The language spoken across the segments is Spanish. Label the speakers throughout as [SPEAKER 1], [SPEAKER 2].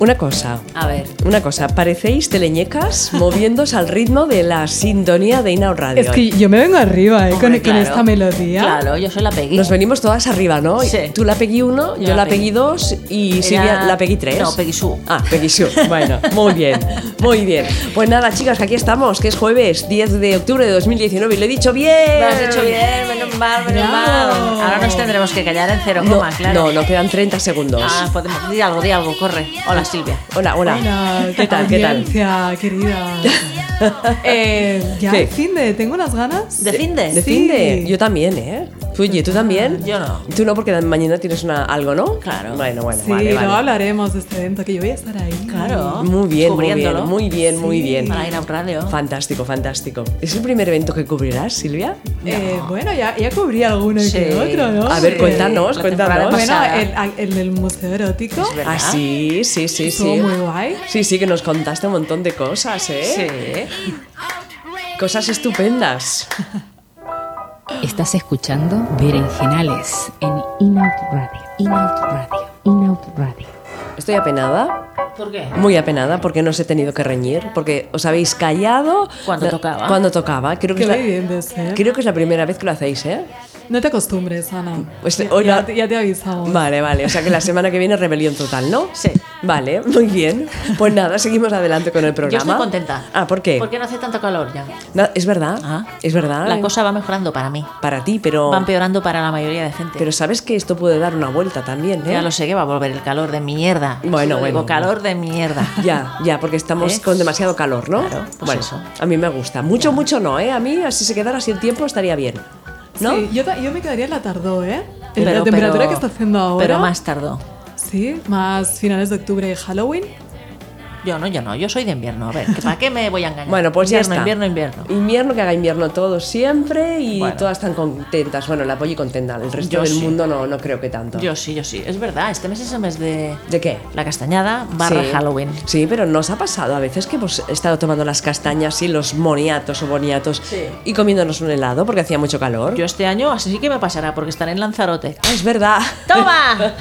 [SPEAKER 1] Una cosa,
[SPEAKER 2] A ver.
[SPEAKER 1] una cosa. Parecéis teleñecas moviéndoos al ritmo de la sintonía de Inao Radio.
[SPEAKER 3] Es que yo me vengo arriba, ¿eh? con,
[SPEAKER 2] Hombre,
[SPEAKER 3] con
[SPEAKER 2] claro.
[SPEAKER 3] esta melodía.
[SPEAKER 2] Claro, yo soy la Peggy.
[SPEAKER 1] Nos venimos todas arriba, ¿no?
[SPEAKER 2] Sí.
[SPEAKER 1] Tú la Peggy 1, yo, la Peggy 2 y Silvia la Peggy 3.
[SPEAKER 2] No, Peggy Sue.
[SPEAKER 1] Ah, Peggy Sue. Bueno, muy bien, muy bien. Pues nada, chicas, que aquí estamos, que es jueves 10 de octubre de 2019 y lo he dicho bien.
[SPEAKER 2] Lo has hecho bien, menos mal, menos mal. Ahora nos tendremos que callar en cero
[SPEAKER 1] No,
[SPEAKER 2] coma, claro.
[SPEAKER 1] no, no quedan 30 segundos.
[SPEAKER 2] Ah, podemos. Di algo, di algo, corre. Hola, Silvia.
[SPEAKER 1] Hola, hola.
[SPEAKER 3] Hola,
[SPEAKER 1] ¿Qué tal? ¿Qué tal?
[SPEAKER 3] audiencia, querida. Eh, ya,
[SPEAKER 1] ¿Qué?
[SPEAKER 3] fin de, tengo unas ganas.
[SPEAKER 2] ¿De fin de?
[SPEAKER 1] ¿De
[SPEAKER 3] Sí.
[SPEAKER 1] fin de? Yo también, ¿eh? ¿Tú, oye, ¿tú también?
[SPEAKER 2] Ah, Yo no.
[SPEAKER 1] Tú no, porque mañana tienes una, algo, ¿no?
[SPEAKER 2] Claro.
[SPEAKER 1] Bueno, bueno,
[SPEAKER 3] sí,
[SPEAKER 1] vale,
[SPEAKER 3] luego
[SPEAKER 1] vale.
[SPEAKER 3] hablaremos de este evento, que yo voy a estar ahí.
[SPEAKER 1] Muy
[SPEAKER 2] Claro.
[SPEAKER 1] bien, muy bien,
[SPEAKER 2] Cubriéndolo.
[SPEAKER 1] muy bien, muy
[SPEAKER 3] Sí.
[SPEAKER 1] bien.
[SPEAKER 2] Para ir a un radio.
[SPEAKER 1] Fantástico, fantástico. ¿Es el primer evento que cubrirás, Silvia?
[SPEAKER 3] Eh, bueno, ya, ya cubrí alguno
[SPEAKER 2] Sí.
[SPEAKER 3] que otro, ¿no?
[SPEAKER 1] A ver,
[SPEAKER 3] Eh,
[SPEAKER 1] cuéntanos,
[SPEAKER 2] la
[SPEAKER 1] cuéntanos.
[SPEAKER 2] temporada
[SPEAKER 3] Bueno,
[SPEAKER 2] pasada.
[SPEAKER 3] el, el del Museo Erótico.
[SPEAKER 2] Es verdad.
[SPEAKER 1] Ah, sí, sí, sí,
[SPEAKER 3] Estuvo
[SPEAKER 1] sí.
[SPEAKER 3] muy guay.
[SPEAKER 1] Sí, sí, que nos contaste un montón de cosas, ¿eh?
[SPEAKER 2] Sí.
[SPEAKER 1] Cosas estupendas.
[SPEAKER 4] Estás escuchando Berenjenales en Inout Radio. Inout Radio. Inout Radio.
[SPEAKER 1] Estoy apenada,
[SPEAKER 2] ¿Por qué?
[SPEAKER 1] muy apenada, porque no os he tenido que reñir, porque os habéis callado.
[SPEAKER 2] Cuando
[SPEAKER 1] la-
[SPEAKER 2] tocaba.
[SPEAKER 1] Cuando tocaba. Creo que,
[SPEAKER 3] Qué
[SPEAKER 1] es la,
[SPEAKER 3] valientes, ¿eh?
[SPEAKER 1] creo que es la primera vez que lo hacéis, ¿eh?
[SPEAKER 3] No te acostumbres, Ana.
[SPEAKER 1] Pues,
[SPEAKER 3] ya,
[SPEAKER 1] hoy
[SPEAKER 3] ya
[SPEAKER 1] la-
[SPEAKER 3] te- ya te avisamos.
[SPEAKER 1] Vale, vale. O sea que la semana que viene rebelión total, ¿no?
[SPEAKER 2] Sí.
[SPEAKER 1] Vale, muy bien. Pues nada, seguimos adelante con el programa.
[SPEAKER 2] Yo estoy contenta.
[SPEAKER 1] Ah, ¿por qué?
[SPEAKER 2] Porque no hace tanto calor ya.
[SPEAKER 1] Na- es verdad,
[SPEAKER 2] Ah.
[SPEAKER 1] es verdad.
[SPEAKER 2] La cosa va mejorando para mí.
[SPEAKER 1] Para ti, pero...
[SPEAKER 2] Va empeorando para la mayoría de gente.
[SPEAKER 1] Oh. Pero sabes que esto puede dar una vuelta también, ¿eh?
[SPEAKER 2] ya lo sé que va a volver el calor de
[SPEAKER 1] Bueno,
[SPEAKER 2] mierda. Sí, lo
[SPEAKER 1] bueno,
[SPEAKER 2] digo,
[SPEAKER 1] bueno.
[SPEAKER 2] calor de mierda.
[SPEAKER 1] Ya, ya, porque estamos
[SPEAKER 2] ¿Eh?
[SPEAKER 1] con demasiado calor, ¿no?
[SPEAKER 2] Claro, pues
[SPEAKER 1] bueno,
[SPEAKER 2] eso.
[SPEAKER 1] a mí me gusta. Mucho, mucho no, ¿eh? A mí, así se quedara así el tiempo, estaría bien. ¿No?
[SPEAKER 3] Sí, yo, ta- yo me quedaría en la tardó, ¿eh? En la temperatura que está haciendo ahora.
[SPEAKER 2] Pero más tardó.
[SPEAKER 3] Sí, más finales de octubre, Halloween.
[SPEAKER 2] Yo no, yo no, yo soy de invierno. A ver, ¿que ¿para qué me voy a engañar?
[SPEAKER 1] Bueno, pues
[SPEAKER 2] invierno,
[SPEAKER 1] ya está.
[SPEAKER 2] Invierno, invierno,
[SPEAKER 1] Invierno, que haga invierno todo siempre y
[SPEAKER 2] Bueno.
[SPEAKER 1] todas están contentas. Bueno, la Polly contenta, el resto
[SPEAKER 2] Yo
[SPEAKER 1] del
[SPEAKER 2] sí.
[SPEAKER 1] mundo no, no creo que tanto.
[SPEAKER 2] Yo sí, yo sí. Es verdad, este mes es el mes de
[SPEAKER 1] ¿De qué?
[SPEAKER 2] la castañada barra
[SPEAKER 1] Sí.
[SPEAKER 2] Halloween.
[SPEAKER 1] Sí, pero nos ha pasado a veces que hemos estado tomando las castañas y los moniatos o boniatos
[SPEAKER 2] Sí.
[SPEAKER 1] y comiéndonos un helado porque hacía mucho calor.
[SPEAKER 2] Yo este año así que me pasará porque estaré en Lanzarote.
[SPEAKER 1] Ah, es verdad.
[SPEAKER 2] ¡Toma!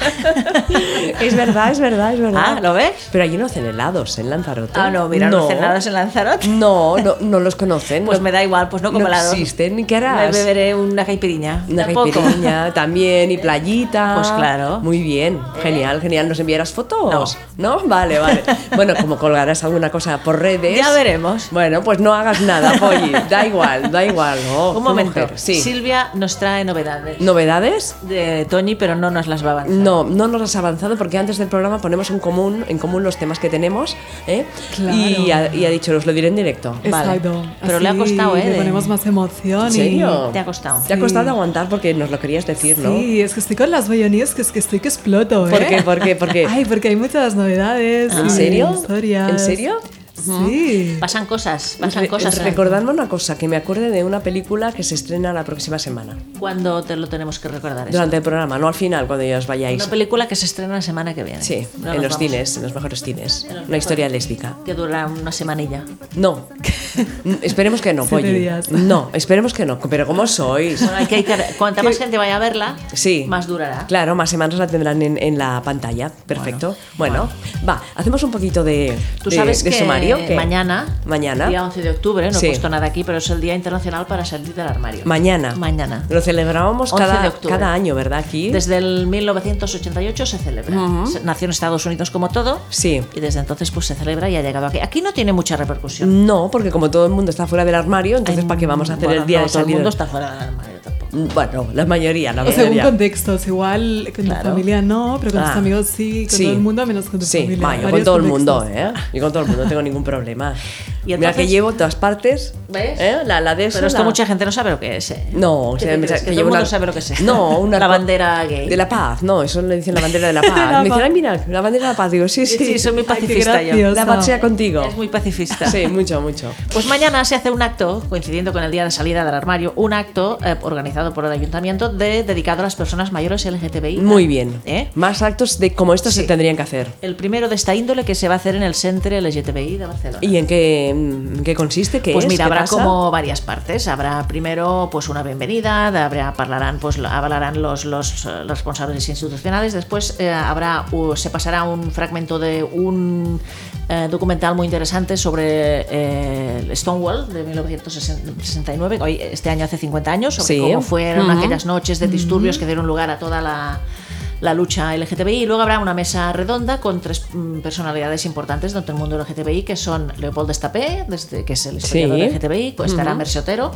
[SPEAKER 1] es verdad, es verdad, es verdad.
[SPEAKER 2] Ah, ¿lo ves?
[SPEAKER 1] Pero allí no hacen helados en Lanzarote.
[SPEAKER 2] Ah, no, mira, no, hacen nada en Lanzarote.
[SPEAKER 1] No, no, no los conocen.
[SPEAKER 2] Pues
[SPEAKER 1] no-
[SPEAKER 2] me da igual, pues no como
[SPEAKER 1] no
[SPEAKER 2] helado.
[SPEAKER 1] existen. ¿Qué
[SPEAKER 2] Me
[SPEAKER 1] harás?
[SPEAKER 2] beberé una caipiriña.
[SPEAKER 1] Una
[SPEAKER 2] Tampoco.
[SPEAKER 1] caipiriña también y playita.
[SPEAKER 2] Pues claro. ¿Eh?
[SPEAKER 1] Muy bien, genial, genial. ¿Nos enviarás fotos? No. Vale, vale. Bueno, como colgarás alguna cosa por redes.
[SPEAKER 2] Ya veremos.
[SPEAKER 1] Bueno, pues no hagas nada, Polly. Da igual, da igual. Oh, qué
[SPEAKER 2] Un momento.
[SPEAKER 1] mujer. Sí.
[SPEAKER 2] Silvia nos trae novedades
[SPEAKER 1] ¿Novedades?
[SPEAKER 2] de Tony, pero no nos las va a avanzar.
[SPEAKER 1] No, no nos has avanzado porque antes del programa ponemos en común, en común los temas que tenemos ¿eh?
[SPEAKER 3] Claro.
[SPEAKER 1] y, ha, y ha dicho, os lo diré en directo. Vale.
[SPEAKER 3] Exacto.
[SPEAKER 2] Pero le ha
[SPEAKER 3] Así
[SPEAKER 2] costado, ¿eh?
[SPEAKER 3] Le
[SPEAKER 2] de-
[SPEAKER 3] ponemos más emoción.
[SPEAKER 1] ¿En
[SPEAKER 3] y-
[SPEAKER 1] serio?
[SPEAKER 2] Te ha costado.
[SPEAKER 1] Te ha costado
[SPEAKER 3] Sí.
[SPEAKER 1] aguantar porque nos lo querías decir, ¿no?
[SPEAKER 3] Sí, es que estoy con las bayonillas que es que estoy que exploto, ¿eh?
[SPEAKER 1] ¿Por qué? ¿Por qué? ¿Por qué?
[SPEAKER 3] Ay, porque hay muchas novedades.
[SPEAKER 1] ¿En
[SPEAKER 3] y
[SPEAKER 1] serio?
[SPEAKER 3] Historias.
[SPEAKER 1] ¿En serio?
[SPEAKER 3] Sí.
[SPEAKER 2] Pasan cosas, pasan
[SPEAKER 1] Re-
[SPEAKER 2] cosas.
[SPEAKER 1] Recordadme una cosa, que me acuerde de una película que se estrena la próxima semana,
[SPEAKER 2] Cuando te lo tenemos que recordar. eso?
[SPEAKER 1] durante el programa, no al final, cuando ya os vayáis.
[SPEAKER 2] Una película que se estrena la semana que viene.
[SPEAKER 1] Sí,
[SPEAKER 2] No
[SPEAKER 1] en
[SPEAKER 2] nos
[SPEAKER 1] los
[SPEAKER 2] vamos.
[SPEAKER 1] cines, en los mejores cines.
[SPEAKER 2] En los
[SPEAKER 1] Una historia
[SPEAKER 2] mejores.
[SPEAKER 1] lésbica.
[SPEAKER 2] Que dura una semanilla.
[SPEAKER 1] No, N- esperemos que no,
[SPEAKER 3] Siete
[SPEAKER 1] Polly.
[SPEAKER 3] días.
[SPEAKER 1] No, esperemos que no, pero ¿cómo sois?
[SPEAKER 2] Bueno, hay que, hay que- cuanta más gente vaya a verla,
[SPEAKER 1] Sí.
[SPEAKER 2] más durará.
[SPEAKER 1] Claro, más semanas la tendrán en, en la pantalla. Perfecto. Bueno, va, hacemos un poquito de,
[SPEAKER 2] Tú
[SPEAKER 1] de-
[SPEAKER 2] sabes
[SPEAKER 1] de
[SPEAKER 2] que
[SPEAKER 1] sumario. ¿qué?
[SPEAKER 2] mañana,
[SPEAKER 1] Mañana.
[SPEAKER 2] día 11 de octubre, no
[SPEAKER 1] Sí.
[SPEAKER 2] he puesto nada aquí, pero es el Día Internacional para Salir del Armario.
[SPEAKER 1] Mañana.
[SPEAKER 2] Mañana.
[SPEAKER 1] Lo celebrábamos
[SPEAKER 2] 11 de
[SPEAKER 1] cada,
[SPEAKER 2] octubre.
[SPEAKER 1] cada año, ¿verdad? Aquí.
[SPEAKER 2] Desde el 1988 se celebra. Se- Nació en Estados Unidos como todo.
[SPEAKER 1] Sí.
[SPEAKER 2] Y desde entonces pues se celebra y ha llegado aquí. Aquí no tiene mucha repercusión.
[SPEAKER 1] No, porque como todo el mundo está fuera del armario, entonces
[SPEAKER 2] Hay-
[SPEAKER 1] ¿para qué vamos a hacer
[SPEAKER 2] bueno,
[SPEAKER 1] el día
[SPEAKER 2] no,
[SPEAKER 1] de
[SPEAKER 2] todo el
[SPEAKER 1] salir?
[SPEAKER 2] mundo está fuera del armario tampoco.
[SPEAKER 1] Bueno, la mayoría, la
[SPEAKER 3] O según
[SPEAKER 1] mayoría.
[SPEAKER 3] contextos, igual con
[SPEAKER 2] Claro.
[SPEAKER 3] tu familia no, pero con
[SPEAKER 1] Ah.
[SPEAKER 3] tus amigos sí, con
[SPEAKER 1] Sí.
[SPEAKER 3] todo el mundo menos con tu
[SPEAKER 1] sí,
[SPEAKER 3] familia.
[SPEAKER 1] va, yo con
[SPEAKER 3] Varios
[SPEAKER 1] todo el mundo,
[SPEAKER 3] contextos.
[SPEAKER 1] ¿eh? Yo con todo el mundo no tengo ningún problema.
[SPEAKER 2] Y
[SPEAKER 1] Mira que
[SPEAKER 2] entonces-
[SPEAKER 1] llevo todas partes.
[SPEAKER 2] ¿Ves?
[SPEAKER 1] ¿eh? La, la de esa,
[SPEAKER 2] Pero esto
[SPEAKER 1] la-
[SPEAKER 2] mucha gente no sabe lo que es. ¿eh?
[SPEAKER 1] No, o
[SPEAKER 2] ¿Qué
[SPEAKER 1] sea,
[SPEAKER 2] te
[SPEAKER 1] me-
[SPEAKER 2] crees?
[SPEAKER 1] que
[SPEAKER 2] Que todo el
[SPEAKER 1] llevo
[SPEAKER 2] mundo sabe lo que es.
[SPEAKER 1] No, una
[SPEAKER 2] La bandera gay.
[SPEAKER 1] De la paz, no, eso le dicen la bandera de la paz.
[SPEAKER 3] la
[SPEAKER 1] me dicen,
[SPEAKER 3] paz.
[SPEAKER 1] ay, mira, la bandera de la paz. Digo, sí, sí.
[SPEAKER 2] Sí, soy muy
[SPEAKER 3] Ay, qué
[SPEAKER 2] pacifista yo.
[SPEAKER 3] gracioso.
[SPEAKER 1] La paz sea contigo.
[SPEAKER 2] Es muy pacifista.
[SPEAKER 1] Sí, mucho, mucho.
[SPEAKER 2] Pues mañana se hace un acto, coincidiendo con el día de salida del armario, un acto eh, organizado organizado por el ayuntamiento de, dedicado a las personas mayores LGTBI.
[SPEAKER 1] Muy bien.
[SPEAKER 2] ¿Eh?
[SPEAKER 1] Más actos de como estos
[SPEAKER 2] Sí.
[SPEAKER 1] se tendrían que hacer.
[SPEAKER 2] El primero de esta índole que se va a hacer en el Centre LGTBI de Barcelona.
[SPEAKER 1] ¿Y en qué, en qué consiste? ¿Qué
[SPEAKER 2] pues
[SPEAKER 1] es?
[SPEAKER 2] mira,
[SPEAKER 1] ¿Qué
[SPEAKER 2] habrá
[SPEAKER 1] pasa?
[SPEAKER 2] como varias partes. Habrá primero pues una bienvenida, habrá, hablarán, pues, lo- hablarán los, los, eh, responsables institucionales, después eh, habrá u- se pasará un fragmento de un eh, documental muy interesante sobre eh, el Stonewall de 1969, hoy, este año hace 50 años, sobre
[SPEAKER 1] Sí.
[SPEAKER 2] cómo fueron aquellas noches de disturbios que dieron lugar a toda la la lucha LGTBI y luego habrá una mesa redonda con tres mm, personalidades importantes dentro del mundo LGTBI que son Leopold Estapé, desde, que es el historiador
[SPEAKER 1] Sí.
[SPEAKER 2] LGTBI, pues estará Merce Otero,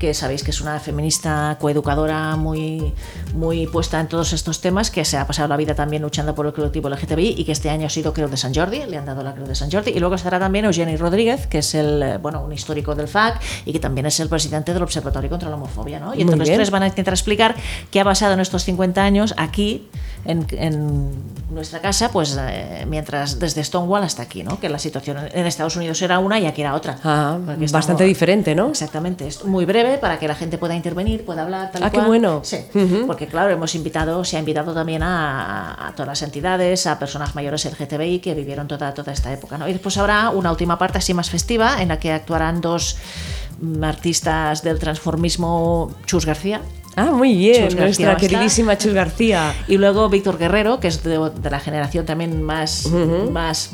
[SPEAKER 2] que sabéis que es una feminista coeducadora muy, muy puesta en todos estos temas, que se ha pasado la vida también luchando por el colectivo LGTBI y que este año ha sido Creo de San Jordi, le han dado la Creo de San Jordi. Y luego estará también Eugeni Rodríguez, que es el, eh, bueno, un histórico del FAC y que también es el presidente del Observatorio contra la Homofobia. ¿no? Y
[SPEAKER 1] Muy
[SPEAKER 2] entonces
[SPEAKER 1] bien.
[SPEAKER 2] tres van a intentar explicar qué ha pasado en estos 50 años aquí, en, en nuestra casa, pues eh, mientras desde Stonewall hasta aquí, ¿no? que la situación en Estados Unidos era una y aquí era otra.
[SPEAKER 1] Ah,
[SPEAKER 2] Porque estamos-
[SPEAKER 1] bastante diferente, ¿no?
[SPEAKER 2] Exactamente, es muy breve para que la gente pueda intervenir, pueda hablar, tal y
[SPEAKER 1] Ah, qué
[SPEAKER 2] cual.
[SPEAKER 1] bueno.
[SPEAKER 2] Sí,
[SPEAKER 1] Ujú.
[SPEAKER 2] porque claro, hemos invitado, se ha invitado también a, a todas las entidades, a personas mayores LGTBI que vivieron toda, toda esta época, ¿no? Y después habrá una última parte así más festiva en la que actuarán dos mm, artistas del transformismo, Chus García
[SPEAKER 1] Ah, muy bien.
[SPEAKER 2] Chus García
[SPEAKER 1] Nuestra
[SPEAKER 2] va a estar.
[SPEAKER 1] queridísima Chus García.
[SPEAKER 2] y luego Víctor Guerrero, que es de, de la generación también más, más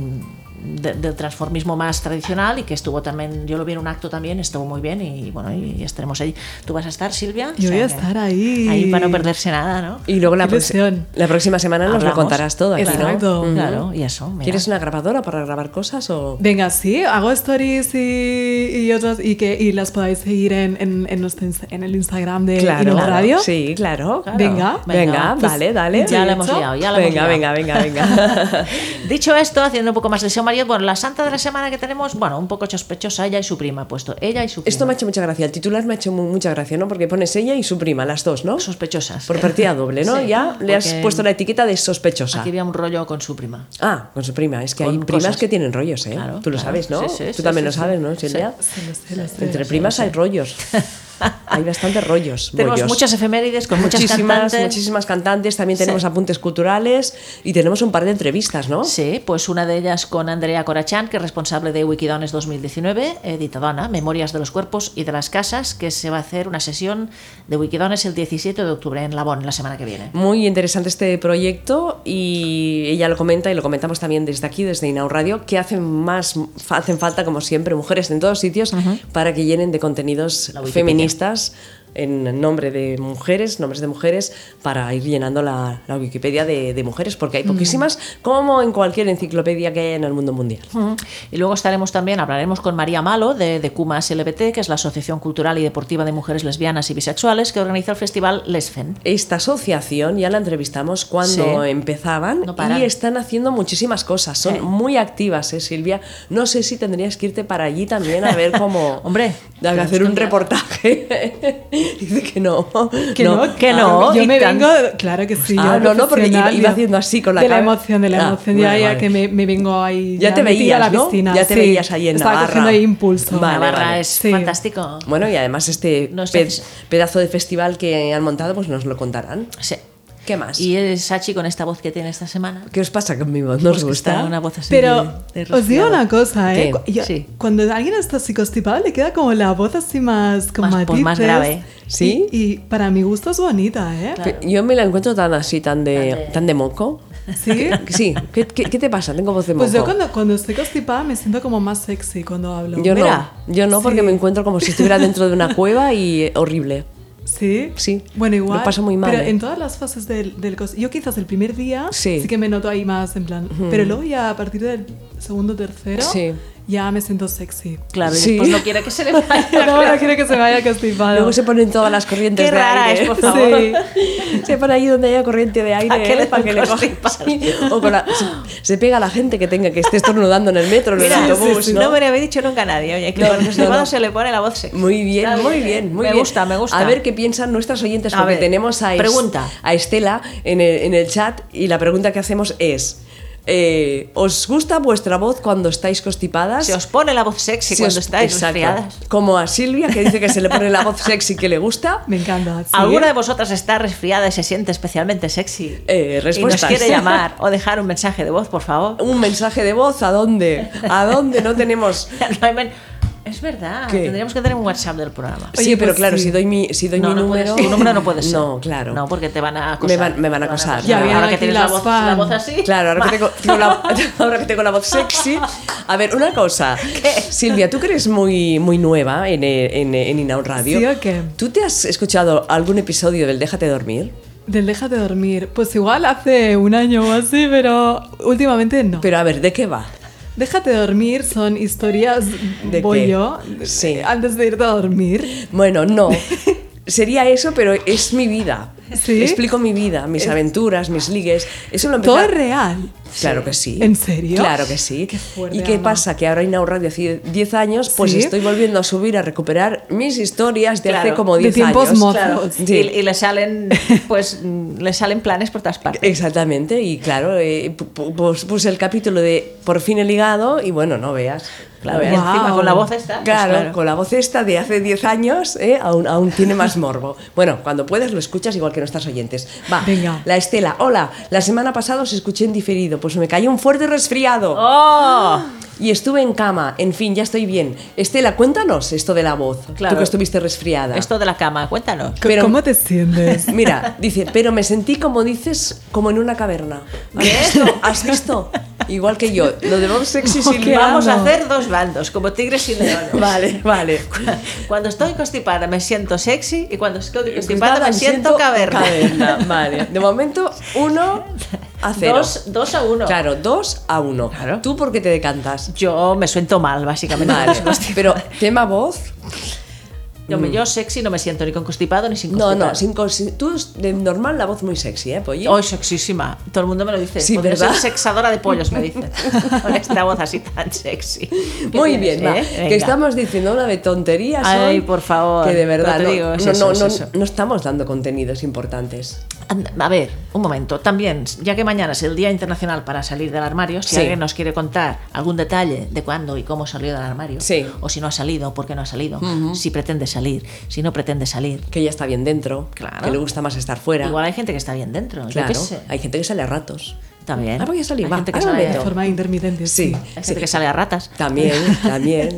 [SPEAKER 2] mm, de- del transformismo más tradicional y que estuvo también, yo lo vi en un acto también, estuvo muy bien y bueno, y, estaremos ahí. ¿Tú vas a estar, Silvia?
[SPEAKER 3] Yo voy a
[SPEAKER 2] que-
[SPEAKER 3] estar ahí.
[SPEAKER 2] Ahí para no perderse nada, ¿no?
[SPEAKER 1] Y luego la,
[SPEAKER 3] Qué ilusión.
[SPEAKER 1] la próxima semana nos lo
[SPEAKER 2] Hablamos.
[SPEAKER 1] contarás todo aquí, ¿no?
[SPEAKER 3] Exacto.
[SPEAKER 1] Ujú.
[SPEAKER 2] Claro, y eso. mira.
[SPEAKER 1] ¿Quieres una grabadora para grabar cosas o...?
[SPEAKER 3] Venga, sí, hago stories y, y otras y que y las podáis seguir en, en, en nuestro insta- en el Instagram de
[SPEAKER 1] Claro.
[SPEAKER 3] Innova Radio.
[SPEAKER 1] Sí, claro. claro.
[SPEAKER 3] Venga.
[SPEAKER 1] Venga,
[SPEAKER 2] Pues
[SPEAKER 1] vale, dale.
[SPEAKER 2] Ya la hemos liado, ya la hemos
[SPEAKER 1] venga,
[SPEAKER 2] liado.
[SPEAKER 1] venga, venga, venga.
[SPEAKER 2] Dicho esto, haciendo un poco más de Seo Mario, bueno, la santa de la semana que tenemos, bueno, un poco sospechosa, ella y su prima, he puesto ella y su prima.
[SPEAKER 1] Esto me ha hecho mucha gracia. El titular me ha hecho mu- mucha gracia, ¿no? Porque pones ella y su prima, las dos, ¿no?
[SPEAKER 2] sospechosas.
[SPEAKER 1] Por partida doble, ¿no?
[SPEAKER 2] Sí,
[SPEAKER 1] ya le has
[SPEAKER 2] porque
[SPEAKER 1] puesto la etiqueta de sospechosa.
[SPEAKER 2] Aquí había un rollo con su prima.
[SPEAKER 1] Ah, con su prima. Es que hay
[SPEAKER 2] Con
[SPEAKER 1] primas
[SPEAKER 2] cosas.
[SPEAKER 1] que tienen rollos, ¿eh?
[SPEAKER 2] Claro,
[SPEAKER 1] Tú lo
[SPEAKER 2] claro.
[SPEAKER 1] sabes, ¿no?
[SPEAKER 2] Sí, sí,
[SPEAKER 1] Tú
[SPEAKER 2] sí,
[SPEAKER 1] también
[SPEAKER 2] sí,
[SPEAKER 1] lo
[SPEAKER 2] sí.
[SPEAKER 1] sabes, ¿no, Silvia?
[SPEAKER 3] Lo sé, lo sé.
[SPEAKER 1] Entre primas hay rollos. hay bastantes rollos.
[SPEAKER 2] Tenemos
[SPEAKER 1] bollos.
[SPEAKER 2] muchas efemérides con muchas
[SPEAKER 1] muchísimas,
[SPEAKER 2] cantantes.
[SPEAKER 1] muchísimas cantantes, también tenemos
[SPEAKER 2] Sí.
[SPEAKER 1] apuntes culturales y tenemos un par de entrevistas, ¿no?
[SPEAKER 2] Sí, pues una de ellas con Andrea Corachán, que es responsable de Wikidones 2019, editadona, Memorias de los Cuerpos y de las Casas, que se va a hacer una sesión de Wikidones el 17 de octubre en Labón, la semana que viene.
[SPEAKER 1] Muy interesante este proyecto y ella lo comenta y lo comentamos también desde aquí, desde Inau Radio, que hacen más hacen falta como siempre mujeres en todos sitios para que llenen de contenidos
[SPEAKER 2] La Wikipedia.
[SPEAKER 1] feministas en nombre de mujeres, nombres de mujeres, para ir llenando la, la Wikipedia de, de mujeres, porque hay poquísimas, como en cualquier enciclopedia que haya en el mundo mundial.
[SPEAKER 2] Y luego estaremos también, hablaremos con María Malo de, de Cumas LBT, que es la Asociación Cultural y Deportiva de Mujeres Lesbianas y Bisexuales, que organiza el festival Lesfen.
[SPEAKER 1] Esta asociación ya la entrevistamos cuando
[SPEAKER 2] Sí.
[SPEAKER 1] empezaban
[SPEAKER 2] No paran.
[SPEAKER 1] y están haciendo muchísimas cosas. Son
[SPEAKER 2] Sí.
[SPEAKER 1] muy activas, ¿eh, Silvia. No sé si tendrías que irte para allí también a ver cómo.
[SPEAKER 2] Hombre,
[SPEAKER 1] a
[SPEAKER 2] tenemos
[SPEAKER 1] hacer
[SPEAKER 2] que
[SPEAKER 1] un
[SPEAKER 2] mirar.
[SPEAKER 1] reportaje. Dice que no.
[SPEAKER 3] Que no,
[SPEAKER 2] que no,
[SPEAKER 3] Ah, Yo
[SPEAKER 2] y
[SPEAKER 3] me
[SPEAKER 2] tan-
[SPEAKER 3] vengo, claro que sí. yo
[SPEAKER 1] Ah, no, no, porque iba-
[SPEAKER 3] profesional,
[SPEAKER 1] iba
[SPEAKER 3] yo-
[SPEAKER 1] haciendo así con la
[SPEAKER 3] De la
[SPEAKER 1] cara.
[SPEAKER 3] emoción, de la
[SPEAKER 1] Ah,
[SPEAKER 3] emoción, ya,
[SPEAKER 1] vale,
[SPEAKER 3] ya
[SPEAKER 1] vale.
[SPEAKER 3] que me, me vengo ahí.
[SPEAKER 1] Ya te
[SPEAKER 3] metida
[SPEAKER 1] veías,
[SPEAKER 3] a la
[SPEAKER 1] ¿no?
[SPEAKER 3] piscina.
[SPEAKER 1] Ya te
[SPEAKER 3] sí.
[SPEAKER 1] veías ahí en
[SPEAKER 3] Estaba
[SPEAKER 1] Navarra.
[SPEAKER 3] cogiendo ahí impulso.
[SPEAKER 1] Vale,
[SPEAKER 2] Navarra
[SPEAKER 1] vale.
[SPEAKER 2] es
[SPEAKER 3] Sí.
[SPEAKER 2] fantástico.
[SPEAKER 1] Bueno, y además este
[SPEAKER 2] No es
[SPEAKER 1] pe-
[SPEAKER 2] neces-
[SPEAKER 1] pedazo de festival que han montado, pues nos lo contarán.
[SPEAKER 2] Sí.
[SPEAKER 1] ¿Qué más?
[SPEAKER 2] Y eh, Sachi con esta voz que tiene esta semana.
[SPEAKER 1] ¿Qué os pasa conmigo? ¿No os
[SPEAKER 2] pues que
[SPEAKER 1] gusta?
[SPEAKER 2] está una voz así
[SPEAKER 3] Pero
[SPEAKER 2] de- de
[SPEAKER 3] os digo
[SPEAKER 2] resfriado.
[SPEAKER 3] una cosa, ¿eh?
[SPEAKER 1] ¿Qué?
[SPEAKER 3] Cu- yo-
[SPEAKER 2] Sí.
[SPEAKER 3] Cuando alguien está así constipado le queda como la voz así más con
[SPEAKER 2] Más- pues, más
[SPEAKER 3] matices.
[SPEAKER 2] grave.
[SPEAKER 1] Sí.
[SPEAKER 3] Y, y para mi gusto es bonita, ¿eh?
[SPEAKER 1] Pe- Yo me la encuentro tan así, tan
[SPEAKER 2] Tan
[SPEAKER 1] de,
[SPEAKER 2] de-
[SPEAKER 1] tan de moco.
[SPEAKER 3] Sí.
[SPEAKER 1] Sí, ¿qué, qué, qué te pasa? Tengo voz de moco.
[SPEAKER 3] Pues yo cuando, cuando estoy constipada me siento como más sexy cuando hablo.
[SPEAKER 1] Yo
[SPEAKER 2] Mira.
[SPEAKER 1] no, yo no porque
[SPEAKER 3] Sí.
[SPEAKER 1] me encuentro como si estuviera dentro de una cueva y eh, horrible.
[SPEAKER 3] Sí.
[SPEAKER 1] Sí.
[SPEAKER 3] Bueno, igual.
[SPEAKER 1] Lo paso muy mal,
[SPEAKER 3] Pero
[SPEAKER 1] ¿eh?
[SPEAKER 3] en todas las fases del, del cos- Yo quizás el primer día
[SPEAKER 1] Sí.
[SPEAKER 3] que me noto ahí más en plan. Pero luego ya a partir del segundo, tercero,
[SPEAKER 1] Sí.
[SPEAKER 3] ya me siento sexy.
[SPEAKER 2] Claro, y
[SPEAKER 1] Sí.
[SPEAKER 2] después no quiere que se le vaya.
[SPEAKER 3] No, no quiero que se me vaya constipado.
[SPEAKER 1] Luego se ponen todas las corrientes
[SPEAKER 2] Qué
[SPEAKER 1] de
[SPEAKER 2] rara
[SPEAKER 1] aire.
[SPEAKER 2] es, por
[SPEAKER 3] favor.
[SPEAKER 1] Se pone ahí donde haya corriente de aire.
[SPEAKER 2] ¿A qué
[SPEAKER 1] ¿eh?
[SPEAKER 2] le
[SPEAKER 1] Para que le coja-
[SPEAKER 2] constipas?
[SPEAKER 1] Sí, O con la- se, se pega a la gente que tenga que esté estornudando en el metro, en el
[SPEAKER 2] Mira,
[SPEAKER 1] autobús,
[SPEAKER 2] sí, sí,
[SPEAKER 1] pues, ¿no?
[SPEAKER 2] no me lo había dicho nunca nadie. Oye, que
[SPEAKER 1] No,
[SPEAKER 2] por
[SPEAKER 1] no,
[SPEAKER 2] constipado
[SPEAKER 1] no.
[SPEAKER 2] se le pone la voz sexy.
[SPEAKER 1] Muy bien,
[SPEAKER 2] Está
[SPEAKER 1] muy bien, muy
[SPEAKER 2] me
[SPEAKER 1] bien.
[SPEAKER 2] gusta, me gusta.
[SPEAKER 1] A ver qué piensan nuestras oyentes,
[SPEAKER 2] A
[SPEAKER 1] porque
[SPEAKER 2] ver,
[SPEAKER 1] tenemos a, Es-
[SPEAKER 2] pregunta.
[SPEAKER 1] a Estela en el, en el chat y la pregunta que hacemos es: eh, ¿os gusta vuestra voz cuando estáis constipadas?
[SPEAKER 2] Se os pone la voz sexy
[SPEAKER 1] Si
[SPEAKER 2] cuando
[SPEAKER 1] os-
[SPEAKER 2] estáis
[SPEAKER 1] Exacto.
[SPEAKER 2] resfriadas.
[SPEAKER 1] Como a Silvia, que dice que se le pone la voz sexy que le gusta.
[SPEAKER 3] Me encanta. sí.
[SPEAKER 2] ¿Alguna de vosotras está resfriada y se siente especialmente sexy?
[SPEAKER 1] Eh, respuestas.
[SPEAKER 2] Y nos quiere llamar o dejar un mensaje de voz, por favor.
[SPEAKER 1] Un mensaje de voz, ¿a dónde? ¿A dónde no tenemos?
[SPEAKER 2] No hay men- es verdad,
[SPEAKER 1] ¿Qué?
[SPEAKER 2] tendríamos que tener un WhatsApp del programa.
[SPEAKER 3] Oye,
[SPEAKER 1] sí, pero
[SPEAKER 3] pues
[SPEAKER 1] claro,
[SPEAKER 3] sí.
[SPEAKER 1] si doy mi, si doy
[SPEAKER 2] No,
[SPEAKER 1] mi
[SPEAKER 2] no puedes-
[SPEAKER 1] número.
[SPEAKER 2] tu número no puede ser.
[SPEAKER 1] No, claro.
[SPEAKER 2] No, porque te van a acosar.
[SPEAKER 1] Me van- me van a acosar.
[SPEAKER 3] Ya vienen
[SPEAKER 2] ahora que
[SPEAKER 3] aquí
[SPEAKER 2] tienes la
[SPEAKER 3] las
[SPEAKER 2] voz,
[SPEAKER 3] fans.
[SPEAKER 2] la voz así.
[SPEAKER 1] Claro, ahora que, tengo, tengo la, ahora que tengo la voz sexy. A ver, una cosa. Silvia, tú que eres muy, muy nueva en, eh, en, eh, en Inaun Radio.
[SPEAKER 3] ¿Sí o qué?
[SPEAKER 1] ¿Tú te has escuchado algún episodio del Déjate dormir?
[SPEAKER 3] Del déjate dormir. Pues igual hace un año o así, pero últimamente no.
[SPEAKER 1] Pero a ver, ¿de qué va?
[SPEAKER 3] Déjate dormir son historias.
[SPEAKER 1] ¿De
[SPEAKER 3] voy
[SPEAKER 1] qué?
[SPEAKER 3] yo.
[SPEAKER 1] Sí.
[SPEAKER 3] Antes de irte a dormir.
[SPEAKER 1] Bueno, no. Sería eso, pero es mi vida.
[SPEAKER 3] ¿Sí?
[SPEAKER 1] Explico mi vida, mis aventuras, mis ligues. Eso lo empecé
[SPEAKER 3] Todo
[SPEAKER 1] a-
[SPEAKER 3] es real.
[SPEAKER 1] Claro que sí.
[SPEAKER 3] ¿En serio?
[SPEAKER 1] Claro que sí.
[SPEAKER 3] Qué fuerte,
[SPEAKER 1] ¿Y qué
[SPEAKER 3] Ana.
[SPEAKER 1] pasa? Que ahora Inaun Radio hace 10 años, pues
[SPEAKER 3] ¿Sí?
[SPEAKER 1] estoy volviendo a subir, a recuperar mis historias de hace
[SPEAKER 2] Claro.
[SPEAKER 1] como
[SPEAKER 3] De
[SPEAKER 1] 10 años.
[SPEAKER 3] tiempos mozos.
[SPEAKER 2] Claro.
[SPEAKER 1] Sí.
[SPEAKER 2] Y, y le salen, pues, mm, le salen planes por todas partes.
[SPEAKER 1] Exactamente, y claro, eh, pu- pu- pues puse el capítulo de Por fin he ligado y bueno, no veas.
[SPEAKER 2] Eh, Claro,
[SPEAKER 1] no
[SPEAKER 2] y
[SPEAKER 1] veas.
[SPEAKER 3] Guau.
[SPEAKER 2] encima con la voz esta. pues
[SPEAKER 1] Claro, con la voz esta de hace 10 años, eh, aún, aún tiene más morbo. Bueno, cuando puedas lo escuchas igual que nuestras oyentes. Va,
[SPEAKER 3] Venga.
[SPEAKER 1] la Estela, hola, la semana pasada os escuché en diferido, pues me cayó un fuerte resfriado.
[SPEAKER 2] ¡Oh!
[SPEAKER 1] Y estuve en cama, en fin, ya estoy bien. Estela, cuéntanos esto de la voz,
[SPEAKER 2] Claro.
[SPEAKER 1] tú que estuviste resfriada.
[SPEAKER 2] Esto de la Oh, cama, cuéntanos.
[SPEAKER 1] Pero-
[SPEAKER 3] ¿Cómo te sientes?
[SPEAKER 1] Mira, dice, pero me sentí como dices, como en una caverna. ¿Has visto? ¿Has visto? Igual que yo. Lo de voz sexy
[SPEAKER 3] Ok.
[SPEAKER 1] Silvia.
[SPEAKER 2] Vamos a
[SPEAKER 3] amo.
[SPEAKER 2] hacer dos bandos, como tigres y leones.
[SPEAKER 1] Vale, vale.
[SPEAKER 2] Cuando estoy constipada me siento sexy y cuando estoy constipada
[SPEAKER 1] Nada,
[SPEAKER 2] me siento caverna.
[SPEAKER 1] caverna, Vale. De momento, uno a cero.
[SPEAKER 2] Dos, dos a uno.
[SPEAKER 1] Claro, dos a uno.
[SPEAKER 2] Claro.
[SPEAKER 1] ¿Tú por qué te decantas?
[SPEAKER 2] Yo me siento mal, básicamente.
[SPEAKER 1] Vale.
[SPEAKER 2] cuando estoy
[SPEAKER 1] Pero, ¿tema voz?
[SPEAKER 2] Yo, me- yo sexy no me siento ni con constipado ni sin
[SPEAKER 1] No,
[SPEAKER 2] constipado.
[SPEAKER 1] no. Sin, cons- tú, de normal, la voz muy sexy, ¿eh, Polly?
[SPEAKER 2] Hoy sexísima. Todo el mundo me lo dice.
[SPEAKER 1] Sí,
[SPEAKER 2] Podría
[SPEAKER 1] ¿verdad?
[SPEAKER 2] ser sexadora de pollos, me dicen. Con esta voz así tan sexy. ¿Qué
[SPEAKER 1] Muy
[SPEAKER 2] tienes,
[SPEAKER 1] bien, va.
[SPEAKER 2] eh? Venga.
[SPEAKER 1] que estamos diciendo una de tonterías
[SPEAKER 2] Ay,
[SPEAKER 1] hoy,
[SPEAKER 2] por favor,
[SPEAKER 1] Que de verdad,
[SPEAKER 2] pero
[SPEAKER 1] no,
[SPEAKER 2] te digo, es
[SPEAKER 1] no,
[SPEAKER 2] eso,
[SPEAKER 1] no,
[SPEAKER 2] es
[SPEAKER 1] no-
[SPEAKER 2] eso.
[SPEAKER 1] no estamos dando contenidos importantes.
[SPEAKER 2] Anda, A ver, un momento. También, ya que mañana es el Día Internacional para Salir del Armario, si
[SPEAKER 1] Sí.
[SPEAKER 2] alguien nos quiere contar algún detalle de cuándo y cómo salió del armario,
[SPEAKER 1] Sí.
[SPEAKER 2] o si no ha salido, por qué no ha salido, si pretende salir, si no pretende salir.
[SPEAKER 1] Que ella está bien dentro,
[SPEAKER 2] Claro.
[SPEAKER 1] que le gusta más estar fuera.
[SPEAKER 2] Igual hay gente que está bien dentro. yo
[SPEAKER 1] claro,
[SPEAKER 2] qué sé.
[SPEAKER 1] hay gente que sale a ratos.
[SPEAKER 2] También.
[SPEAKER 1] Ah, voy a salir,
[SPEAKER 2] Hay
[SPEAKER 1] va,
[SPEAKER 2] gente que
[SPEAKER 1] ahora
[SPEAKER 2] sale,
[SPEAKER 1] meto.
[SPEAKER 3] De forma intermitente.
[SPEAKER 1] Sí,
[SPEAKER 3] Sí.
[SPEAKER 2] hay gente
[SPEAKER 1] sí.
[SPEAKER 2] que sale a ratas.
[SPEAKER 1] También, también.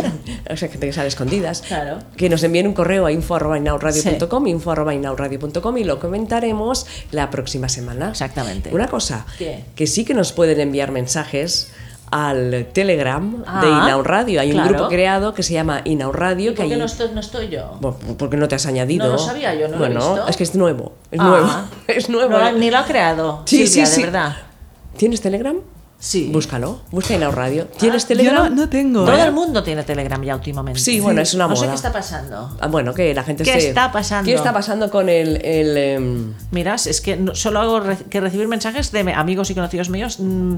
[SPEAKER 1] O sea, gente que sale escondidas.
[SPEAKER 2] Claro.
[SPEAKER 1] Que nos envíen un correo a info.inauradio.com, info.inauradio.com y lo comentaremos la próxima semana.
[SPEAKER 2] Exactamente.
[SPEAKER 1] Una cosa,
[SPEAKER 2] ¿Qué?
[SPEAKER 1] que sí que nos pueden enviar mensajes al Telegram
[SPEAKER 2] Ah,
[SPEAKER 1] de Inaun Radio. Hay
[SPEAKER 2] claro.
[SPEAKER 1] un grupo creado que se llama Inaun Radio.
[SPEAKER 2] ¿Y
[SPEAKER 1] que
[SPEAKER 2] por qué
[SPEAKER 1] ahí-
[SPEAKER 2] no estoy, no estoy yo?
[SPEAKER 1] Bueno, porque no te has añadido.
[SPEAKER 2] No lo sabía yo, no lo he
[SPEAKER 1] Bueno,
[SPEAKER 2] visto.
[SPEAKER 1] es que es nuevo. Es
[SPEAKER 2] Ah.
[SPEAKER 1] nuevo. Es nuevo.
[SPEAKER 2] No, ni lo ha creado.
[SPEAKER 1] Sí,
[SPEAKER 2] Silvia,
[SPEAKER 1] sí, sí.
[SPEAKER 2] De verdad.
[SPEAKER 1] ¿Tienes Telegram?
[SPEAKER 2] Sí. Ah,
[SPEAKER 1] Búscalo. Busca Inaun Radio. ¿Tienes
[SPEAKER 3] Yo
[SPEAKER 1] Telegram?
[SPEAKER 3] no, no tengo. ¿eh?
[SPEAKER 2] Todo el mundo tiene Telegram ya últimamente.
[SPEAKER 1] ¿eh? Sí, bueno, es una
[SPEAKER 2] No sé
[SPEAKER 1] moda.
[SPEAKER 2] qué está pasando.
[SPEAKER 1] Ah, bueno, que la gente
[SPEAKER 2] ¿Qué
[SPEAKER 1] se-
[SPEAKER 2] está pasando?
[SPEAKER 1] ¿Qué está pasando con el. el, em,
[SPEAKER 2] Miras, es que no- solo hago re- que recibir mensajes de me- amigos y conocidos míos. mm,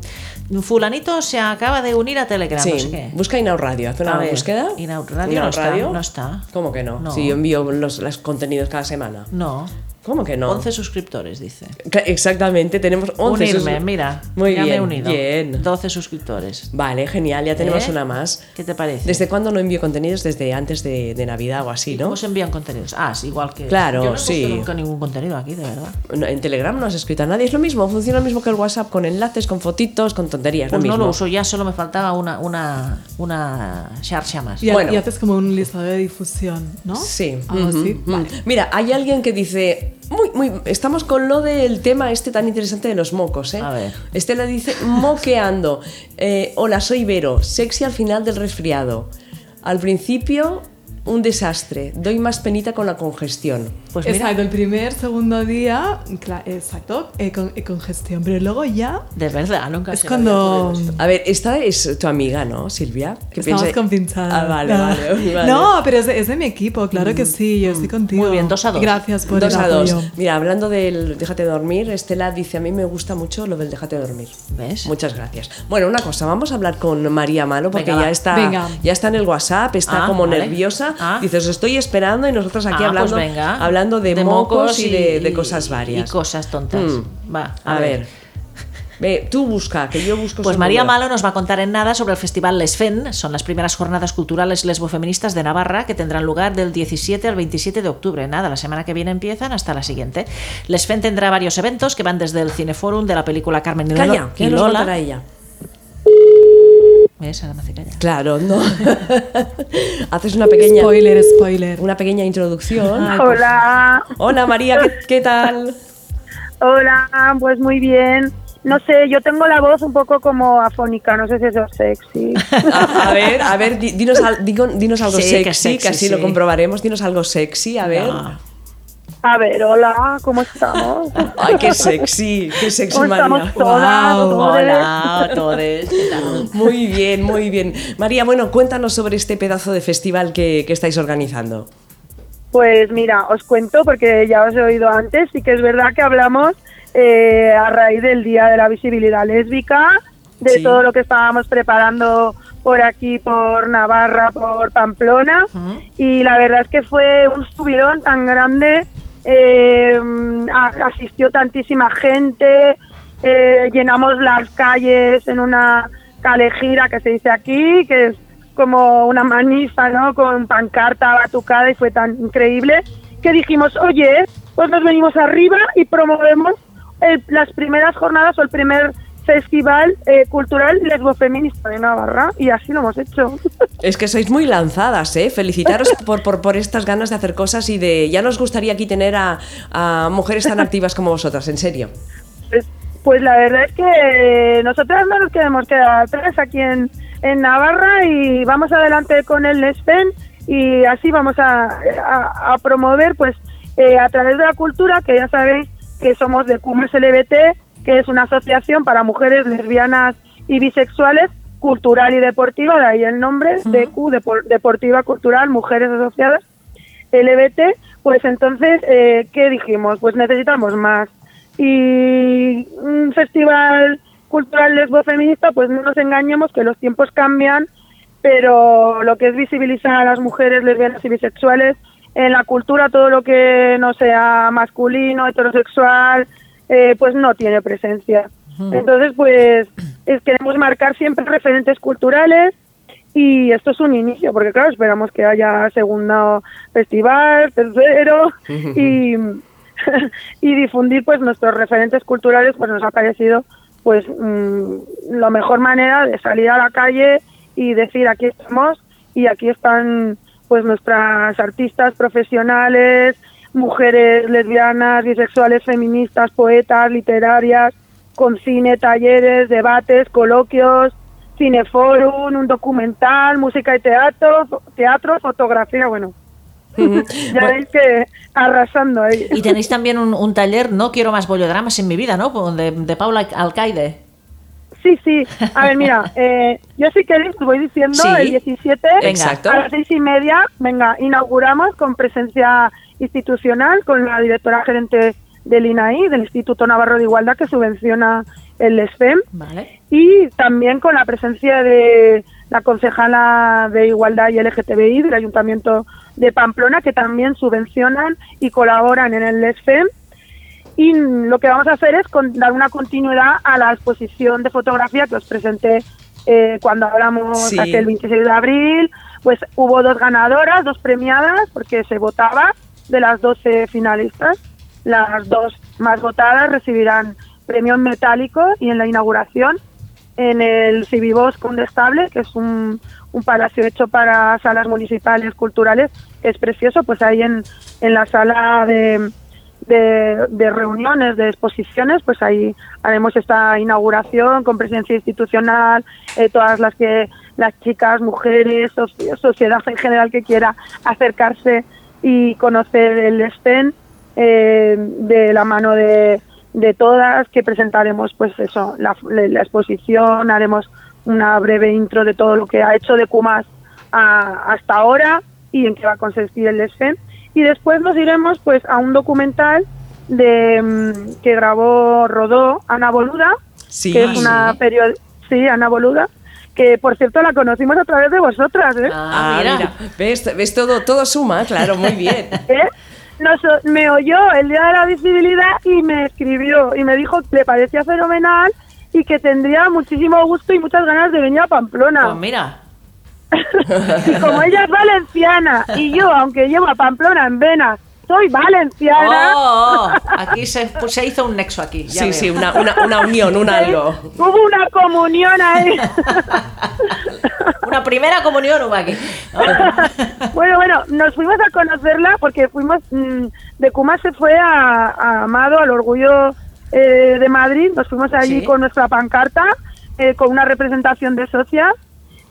[SPEAKER 2] fulanito se acaba de unir a Telegram.
[SPEAKER 1] sí,
[SPEAKER 2] no sé qué.
[SPEAKER 1] busca Inaud Radio, haz una
[SPEAKER 2] A ver,
[SPEAKER 1] búsqueda.
[SPEAKER 2] Inaud Radio no está, no está.
[SPEAKER 1] ¿Cómo que no?
[SPEAKER 2] No.
[SPEAKER 1] Si yo envío los, los contenidos cada semana.
[SPEAKER 2] No.
[SPEAKER 1] ¿Cómo que no?
[SPEAKER 2] 11 suscriptores, dice.
[SPEAKER 1] Cla- Exactamente, tenemos 11.
[SPEAKER 2] Unirme,
[SPEAKER 1] sus-
[SPEAKER 2] mira.
[SPEAKER 1] Muy
[SPEAKER 2] ya
[SPEAKER 1] bien.
[SPEAKER 2] me he unido.
[SPEAKER 1] Bien.
[SPEAKER 2] 12 suscriptores.
[SPEAKER 1] Vale, genial, ya tenemos
[SPEAKER 2] ¿Eh?
[SPEAKER 1] una más.
[SPEAKER 2] ¿Qué te parece?
[SPEAKER 1] ¿Desde cuándo no envío contenidos? Desde antes de, de Navidad o así, ¿no?
[SPEAKER 2] Os envían contenidos. Ah, es igual que.
[SPEAKER 1] Claro,
[SPEAKER 2] Yo no he puesto
[SPEAKER 1] sí.
[SPEAKER 2] nunca ningún contenido aquí, de verdad.
[SPEAKER 1] No, En Telegram no has escrito a nadie, es lo mismo, funciona lo mismo que el WhatsApp, con enlaces, con fotitos, con tonterías,
[SPEAKER 2] Pues
[SPEAKER 1] lo
[SPEAKER 2] no
[SPEAKER 1] mismo.
[SPEAKER 2] lo uso ya, solo me faltaba una, una, una xarxa más.
[SPEAKER 3] Y, ha-
[SPEAKER 1] Bueno.
[SPEAKER 3] y haces como un listado de difusión, ¿no?
[SPEAKER 1] Sí.
[SPEAKER 3] Algo
[SPEAKER 1] Ujú,
[SPEAKER 3] así.
[SPEAKER 1] ujú.
[SPEAKER 3] Vale.
[SPEAKER 1] Mira, hay alguien que dice. Muy, muy, estamos con lo del tema este tan interesante de los mocos, ¿eh?
[SPEAKER 2] A ver.
[SPEAKER 1] Estela dice, moqueando. Eh, Hola, soy Vero, sexy al final del resfriado. Al principio, un desastre. Doy más penita con la congestión.
[SPEAKER 2] Pues mira,
[SPEAKER 3] exacto, el primer, segundo día, cla- exacto, eh, con, eh, congestión, pero luego ya
[SPEAKER 2] de verdad, nunca
[SPEAKER 3] es
[SPEAKER 2] se me había
[SPEAKER 3] cuando...
[SPEAKER 2] ocurrido esto.
[SPEAKER 1] A ver, esta es tu amiga, ¿no, Silvia? Que
[SPEAKER 3] Estamos
[SPEAKER 1] piensa-
[SPEAKER 3] confinchadas.
[SPEAKER 1] Ah, vale,
[SPEAKER 3] No.
[SPEAKER 1] vale, vale.
[SPEAKER 3] No, pero es de, es de mi equipo, claro que sí, yo estoy contigo.
[SPEAKER 2] bien, dos a dos.
[SPEAKER 3] Gracias por
[SPEAKER 1] Dos
[SPEAKER 3] el
[SPEAKER 1] a dos.
[SPEAKER 3] apoyo.
[SPEAKER 1] Mira, hablando del déjate dormir, Estela dice, a mí me gusta mucho lo del déjate dormir.
[SPEAKER 2] ¿Ves?
[SPEAKER 1] Muchas gracias. Bueno, una cosa, vamos a hablar con María Malo porque
[SPEAKER 2] Venga, va.
[SPEAKER 1] ya está
[SPEAKER 3] Venga.
[SPEAKER 1] ya está en el WhatsApp, está
[SPEAKER 2] Ah,
[SPEAKER 1] como
[SPEAKER 2] vale.
[SPEAKER 1] nerviosa.
[SPEAKER 2] Ah.
[SPEAKER 1] Dice, os estoy esperando y nosotros aquí
[SPEAKER 2] Ah,
[SPEAKER 1] hablando,
[SPEAKER 2] pues venga.
[SPEAKER 1] hablando de, mocos y, de, de cosas
[SPEAKER 2] y
[SPEAKER 1] varias.
[SPEAKER 2] cosas tontas.
[SPEAKER 1] Mm.
[SPEAKER 2] Va,
[SPEAKER 1] a, ver. Ve, tú busca, que yo busco.
[SPEAKER 2] Pues
[SPEAKER 1] sin
[SPEAKER 2] María
[SPEAKER 1] duda.
[SPEAKER 2] Malo nos va a contar en nada sobre el Festival Lesfen. Son las primeras jornadas culturales lesbofeministas de Navarra que tendrán lugar del 17 al 27 de octubre. Nada, la semana que viene empiezan hasta la siguiente. Lesfen tendrá varios eventos que van desde el Cineforum de la película Carmen y Lola-
[SPEAKER 1] Calla,
[SPEAKER 2] y
[SPEAKER 1] que nos
[SPEAKER 2] Lola.
[SPEAKER 1] contará ella.
[SPEAKER 2] ¿Ves? Ahora me hace callar.
[SPEAKER 1] Claro, no. Haces una pequeña,
[SPEAKER 3] Spoiler, spoiler.
[SPEAKER 1] una pequeña
[SPEAKER 2] Ah,
[SPEAKER 1] introducción.
[SPEAKER 2] pues
[SPEAKER 5] Hola,
[SPEAKER 1] Hola María, ¿qué, qué tal?
[SPEAKER 5] hola, pues muy bien. No sé, yo tengo la voz un poco como afónica, no sé si eso es sexy.
[SPEAKER 1] A, a ver, a ver, di- dinos, al- digo- dinos algo
[SPEAKER 2] Sí, que
[SPEAKER 1] sexy,
[SPEAKER 2] es
[SPEAKER 1] que,
[SPEAKER 2] sexy,
[SPEAKER 1] así
[SPEAKER 2] sí.
[SPEAKER 1] lo comprobaremos. Dinos algo sexy, a ver.
[SPEAKER 2] No.
[SPEAKER 5] A ver, hola, ¿cómo estamos?
[SPEAKER 1] Ay, qué sexy, qué sexy
[SPEAKER 5] ¿Cómo
[SPEAKER 1] María.
[SPEAKER 5] estamos todas?
[SPEAKER 2] Guau,
[SPEAKER 5] todes?
[SPEAKER 2] hola a todes. ¿Qué tal?
[SPEAKER 1] Muy bien, muy bien. María, bueno, cuéntanos sobre este pedazo de festival que, que estáis organizando.
[SPEAKER 5] Pues mira, os cuento porque ya os he oído antes y que es verdad que hablamos eh, a raíz del Día de la Visibilidad Lésbica, de
[SPEAKER 1] Sí.
[SPEAKER 5] todo lo que estábamos preparando por aquí, por Navarra, por Pamplona y la verdad es que fue un subidón tan grande, eh, a- asistió tantísima gente, eh, llenamos las calles en una calejira que se dice aquí, que es como una manifa, ¿no? Con pancarta batucada y fue tan increíble que dijimos, oye, pues nos venimos arriba y promovemos el- las primeras jornadas o el primer festival eh, cultural lesbofeminista de Navarra y así lo hemos hecho.
[SPEAKER 1] Es que sois muy lanzadas, ¿eh? Felicitaros por, por, por estas ganas de hacer cosas y de... Ya nos gustaría aquí tener a, a mujeres tan activas como vosotras, en serio.
[SPEAKER 5] Pues, pues la verdad es que eh, nosotras no nos queremos quedar atrás aquí en, en Navarra y vamos adelante con el Lespen y así vamos a, a- a promover pues eh, a través de la cultura que ya sabéis que somos de Cumbres LBT que es una asociación para mujeres lesbianas y bisexuales cultural y deportiva, de ahí el nombre, de Q, Depor- Deportiva Cultural, Mujeres Asociadas, LBT, pues entonces, eh, ¿qué dijimos? Pues necesitamos más. Y un festival cultural lesbo feminista, pues no nos engañemos que los tiempos cambian, pero lo que es visibilizar a las mujeres lesbianas y bisexuales en la cultura, todo lo que no sea masculino, heterosexual, eh, pues no tiene presencia. Entonces, pues es- queremos marcar siempre referentes culturales y esto es un inicio, porque claro, esperamos que haya segundo festival, tercero, y, y difundir pues nuestros referentes culturales, pues nos ha parecido pues mm, la mejor manera de salir a la calle y decir aquí estamos y aquí están pues nuestras artistas profesionales, mujeres lesbianas, bisexuales, feministas, poetas, literarias, con cine, talleres, debates, coloquios, cineforum, un documental, música y teatro, fo- teatro, fotografía, bueno. ya veis que arrasando ahí.
[SPEAKER 2] Y tenéis también un, un taller, no quiero más bollodramas en mi vida, ¿no? Pues De, de Paula Alcaide.
[SPEAKER 5] Sí, sí. A ver, mira, eh, yo si queréis os voy diciendo
[SPEAKER 2] Sí.
[SPEAKER 5] el 17
[SPEAKER 1] Exacto.
[SPEAKER 5] a las seis y media, venga, inauguramos con presencia institucional con la directora gerente del INAI, del Instituto Navarro de Igualdad, que subvenciona el E SFEM.
[SPEAKER 2] Vale.
[SPEAKER 5] y también con la presencia de la concejala de Igualdad y LGTBI del Ayuntamiento de Pamplona, que también subvencionan y colaboran en el E LESFEM. Y lo que vamos a hacer es con- dar una continuidad a la exposición de fotografía que os presenté eh, cuando hablamos
[SPEAKER 1] Sí.
[SPEAKER 5] aquel 26 de abril. Pues hubo dos ganadoras, dos premiadas, porque se votaba de las 12 finalistas. Las dos más votadas recibirán premios metálicos y en la inauguración en el Cibibos Condestable, que es un, un palacio hecho para salas municipales culturales, que es precioso, pues ahí en, en la sala de, de, de reuniones, de exposiciones, pues ahí haremos esta inauguración con presencia institucional, eh, todas las que las chicas, mujeres, soci- sociedad en general que quiera acercarse y conocer el STEM eh, de la mano de, de todas, que presentaremos pues eso, la, la exposición, haremos una breve intro de todo lo que ha hecho de Kumas a- hasta ahora y en qué va a consistir el SFEM. Y después nos iremos pues a un documental de mm, que grabó Rodó Ana Boluda,
[SPEAKER 1] Sí,
[SPEAKER 5] que es una period sí, Ana Boluda, que por cierto la conocimos a través de vosotras, ¿eh?
[SPEAKER 2] Ah,
[SPEAKER 1] Ah,
[SPEAKER 2] mira.
[SPEAKER 1] mira, ves, ves todo, todo suma, claro, muy bien.
[SPEAKER 5] ¿eh? Nos, me oyó el día de la visibilidad y me escribió y me dijo que le parecía fenomenal y que tendría muchísimo gusto y muchas ganas de venir a Pamplona.
[SPEAKER 2] Pues mira,
[SPEAKER 5] y como ella es valenciana y yo, aunque llevo a Pamplona en venas, soy valenciana.
[SPEAKER 2] oh, oh, aquí se, pues se hizo un nexo aquí. ya
[SPEAKER 1] sí,
[SPEAKER 2] veo.
[SPEAKER 1] sí, una, una- una unión, un algo.
[SPEAKER 5] Hubo una comunión ahí.
[SPEAKER 2] Una primera comunión hubo aquí.
[SPEAKER 5] bueno, bueno, nos fuimos a conocerla porque fuimos mm, de Cuma se fue a, a Amado, al Orgullo eh, de Madrid. Nos fuimos allí
[SPEAKER 2] Sí.
[SPEAKER 5] con nuestra pancarta, eh, con una representación de socias.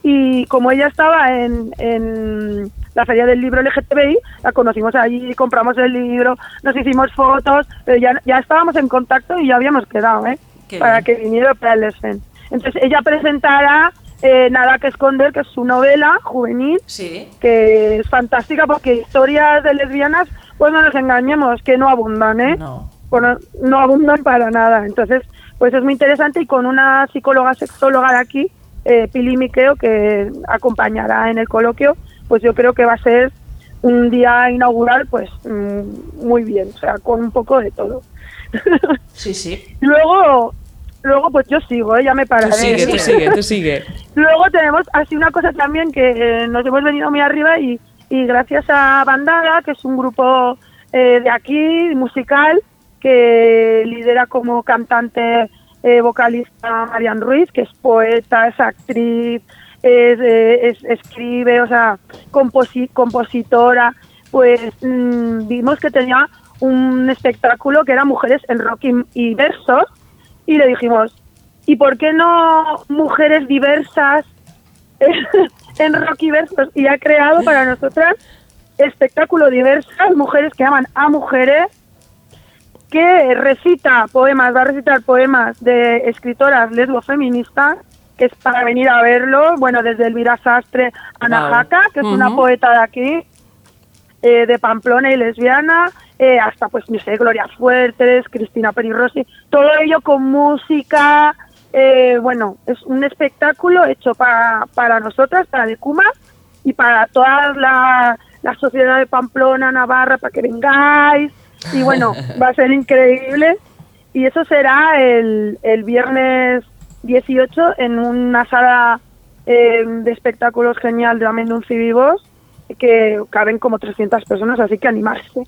[SPEAKER 5] Y como ella estaba en, en la feria del libro LGTBI, la conocimos allí, compramos el libro, nos hicimos fotos, pero ya, ya estábamos en contacto y ya habíamos quedado, ¿eh?
[SPEAKER 2] Qué
[SPEAKER 5] para
[SPEAKER 2] bien.
[SPEAKER 5] que viniera para el Lesfen. Entonces ella presentará eh, Nada que esconder, que es su novela juvenil,
[SPEAKER 2] Sí.
[SPEAKER 5] que es fantástica porque historias de lesbianas, pues no nos engañemos, que no abundan, ¿eh?
[SPEAKER 2] No.
[SPEAKER 5] Bueno, no abundan para nada. Entonces, pues es muy interesante y con una psicóloga sexóloga de aquí, eh, Pili Miqueo, que acompañará en el coloquio, pues yo creo que va a ser un día inaugural, pues mm, muy bien, o sea, con un poco de todo.
[SPEAKER 2] Sí, sí.
[SPEAKER 5] luego, luego pues yo sigo, ¿eh? ya me
[SPEAKER 1] Tú
[SPEAKER 5] pararé.
[SPEAKER 1] sigue, tú sigue, tú sigue.
[SPEAKER 5] Luego tenemos así una cosa también que eh, nos hemos venido muy arriba y, y gracias a Bandada, que es un grupo eh, de aquí, musical, que lidera como cantante eh, vocalista Marian Ruiz, que es poeta, es actriz, es, eh, es- escribe, o sea, composi- compositora, pues mm, vimos que tenía un espectáculo que era Mujeres en Rock y, y Versos y le dijimos, ¿y por qué no mujeres diversas en Rocky Versos? Y ha creado para nosotras espectáculo diversas, mujeres que aman a mujeres, que recita poemas, va a recitar poemas de escritoras lesbo-feministas, que es para venir a verlo, bueno, desde Elvira Sastre, Ana
[SPEAKER 1] Wow.
[SPEAKER 5] Jaca, que es una
[SPEAKER 1] Ujú.
[SPEAKER 5] poeta de aquí, eh, de Pamplona y lesbiana, eh, hasta pues, no sé, Gloria Fuertes, Cristina Perirrosi, todo ello con música, eh, bueno, es un espectáculo hecho para, para nosotras, para Decuma y para toda la, la sociedad de Pamplona, Navarra, para que vengáis, y bueno, va a ser increíble, y eso será el, el viernes 18 en una sala eh, de espectáculos genial de Amendunci Vivos, que caben como 300 personas, así que animarse.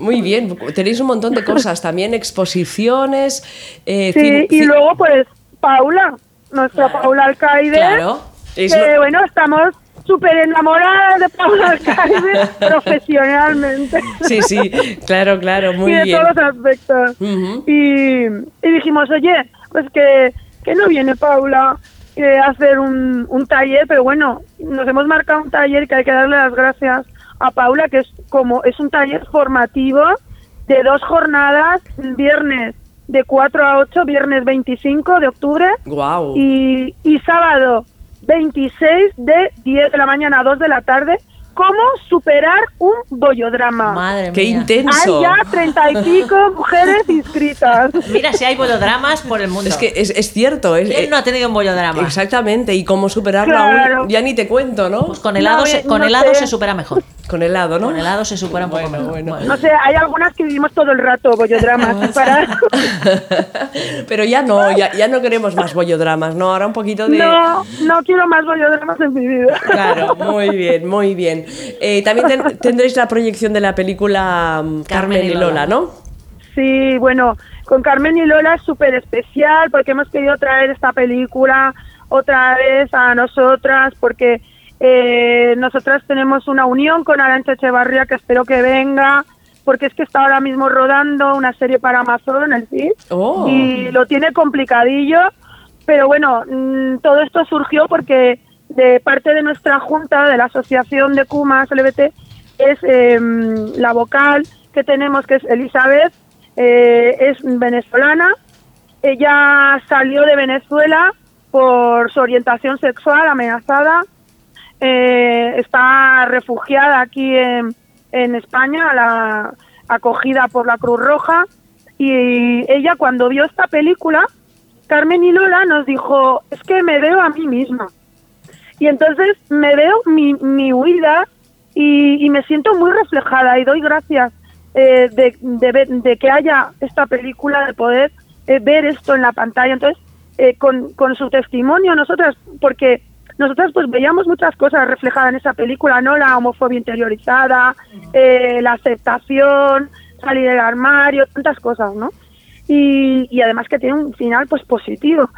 [SPEAKER 1] Muy bien, tenéis un montón de cosas, también exposiciones. eh,
[SPEAKER 5] Sí,
[SPEAKER 1] cin-
[SPEAKER 5] y
[SPEAKER 1] cin-
[SPEAKER 5] luego pues Paula, nuestra Paula Alcaide,
[SPEAKER 1] Claro.
[SPEAKER 5] que
[SPEAKER 1] Es lo-
[SPEAKER 5] bueno, estamos súper enamoradas de Paula Alcaide profesionalmente.
[SPEAKER 1] Sí, sí, claro, claro, muy
[SPEAKER 5] y de
[SPEAKER 1] bien.
[SPEAKER 5] todos los aspectos.
[SPEAKER 1] Ujú.
[SPEAKER 5] y, y dijimos, oye, pues que, que no viene Paula eh, a hacer un, un taller, pero bueno, nos hemos marcado un taller que hay que darle las gracias a Paula, que es como es un taller formativo de dos jornadas, viernes de 4 a 8, viernes 25 de octubre
[SPEAKER 1] Guau.
[SPEAKER 5] y, y sábado 26 de 10 de la mañana a 2 de la tarde, cómo superar un bollodrama.
[SPEAKER 2] Madre
[SPEAKER 1] Qué
[SPEAKER 2] mía.
[SPEAKER 1] intenso.
[SPEAKER 5] Hay Ah, ya treinta y pico mujeres inscritas.
[SPEAKER 2] Mira si hay bollodramas por el mundo.
[SPEAKER 1] Es que eh, es, es cierto, es,
[SPEAKER 2] ¿Quién no ha tenido un bollodrama?
[SPEAKER 1] exactamente, y cómo superarlo aún-
[SPEAKER 5] Claro.
[SPEAKER 1] ya ni te cuento, ¿no?
[SPEAKER 2] Pues con helado,
[SPEAKER 5] No,
[SPEAKER 2] se,
[SPEAKER 5] eh,
[SPEAKER 2] con
[SPEAKER 5] no
[SPEAKER 2] helado
[SPEAKER 5] sé.
[SPEAKER 2] se supera mejor.
[SPEAKER 1] Con helado, ¿no?
[SPEAKER 2] Con helado se supera un poco
[SPEAKER 1] Bueno,
[SPEAKER 2] mejor.
[SPEAKER 1] bueno.
[SPEAKER 5] No sé, hay algunas que vivimos todo el rato bollodramas. para...
[SPEAKER 1] Pero ya no, ya, ya no queremos más bollodramas, ¿no? Ahora un poquito de...
[SPEAKER 5] No, no quiero más bollodramas en mi vida.
[SPEAKER 1] Claro, muy bien, muy bien. Eh, también ten- tendréis la proyección de la película mm, Carmen, y Lola, ¿no?
[SPEAKER 5] Sí, bueno, con Carmen y Lola es súper especial porque hemos querido traer esta película otra vez a nosotras porque eh, nosotras tenemos una unión con Arancha Echevarría que espero que venga porque es que está ahora mismo rodando una serie para Amazon, el CID,
[SPEAKER 1] Oh.
[SPEAKER 5] y lo tiene complicadillo, pero bueno, mm, todo esto surgió porque de parte de nuestra junta, de la asociación de Cumas LBT, es em, la vocal que tenemos, que es Elizabeth, eh, es venezolana, ella salió de Venezuela por su orientación sexual amenazada, eh, está refugiada aquí en, en España, la, acogida por la Cruz Roja, y ella cuando vio esta película, Carmen y Lola nos dijo, es que me veo a mí misma. Y entonces me veo mi, mi huida y, y me siento muy reflejada y doy gracias eh, de, de ver- de que haya esta película, de poder eh, ver esto en la pantalla. Entonces, eh, con, con su testimonio, nosotras, porque nosotras pues veíamos muchas cosas reflejadas en esa película, ¿no? La homofobia interiorizada, eh, la aceptación, salir del armario, tantas cosas, ¿no? Y, y además que tiene un final pues positivo.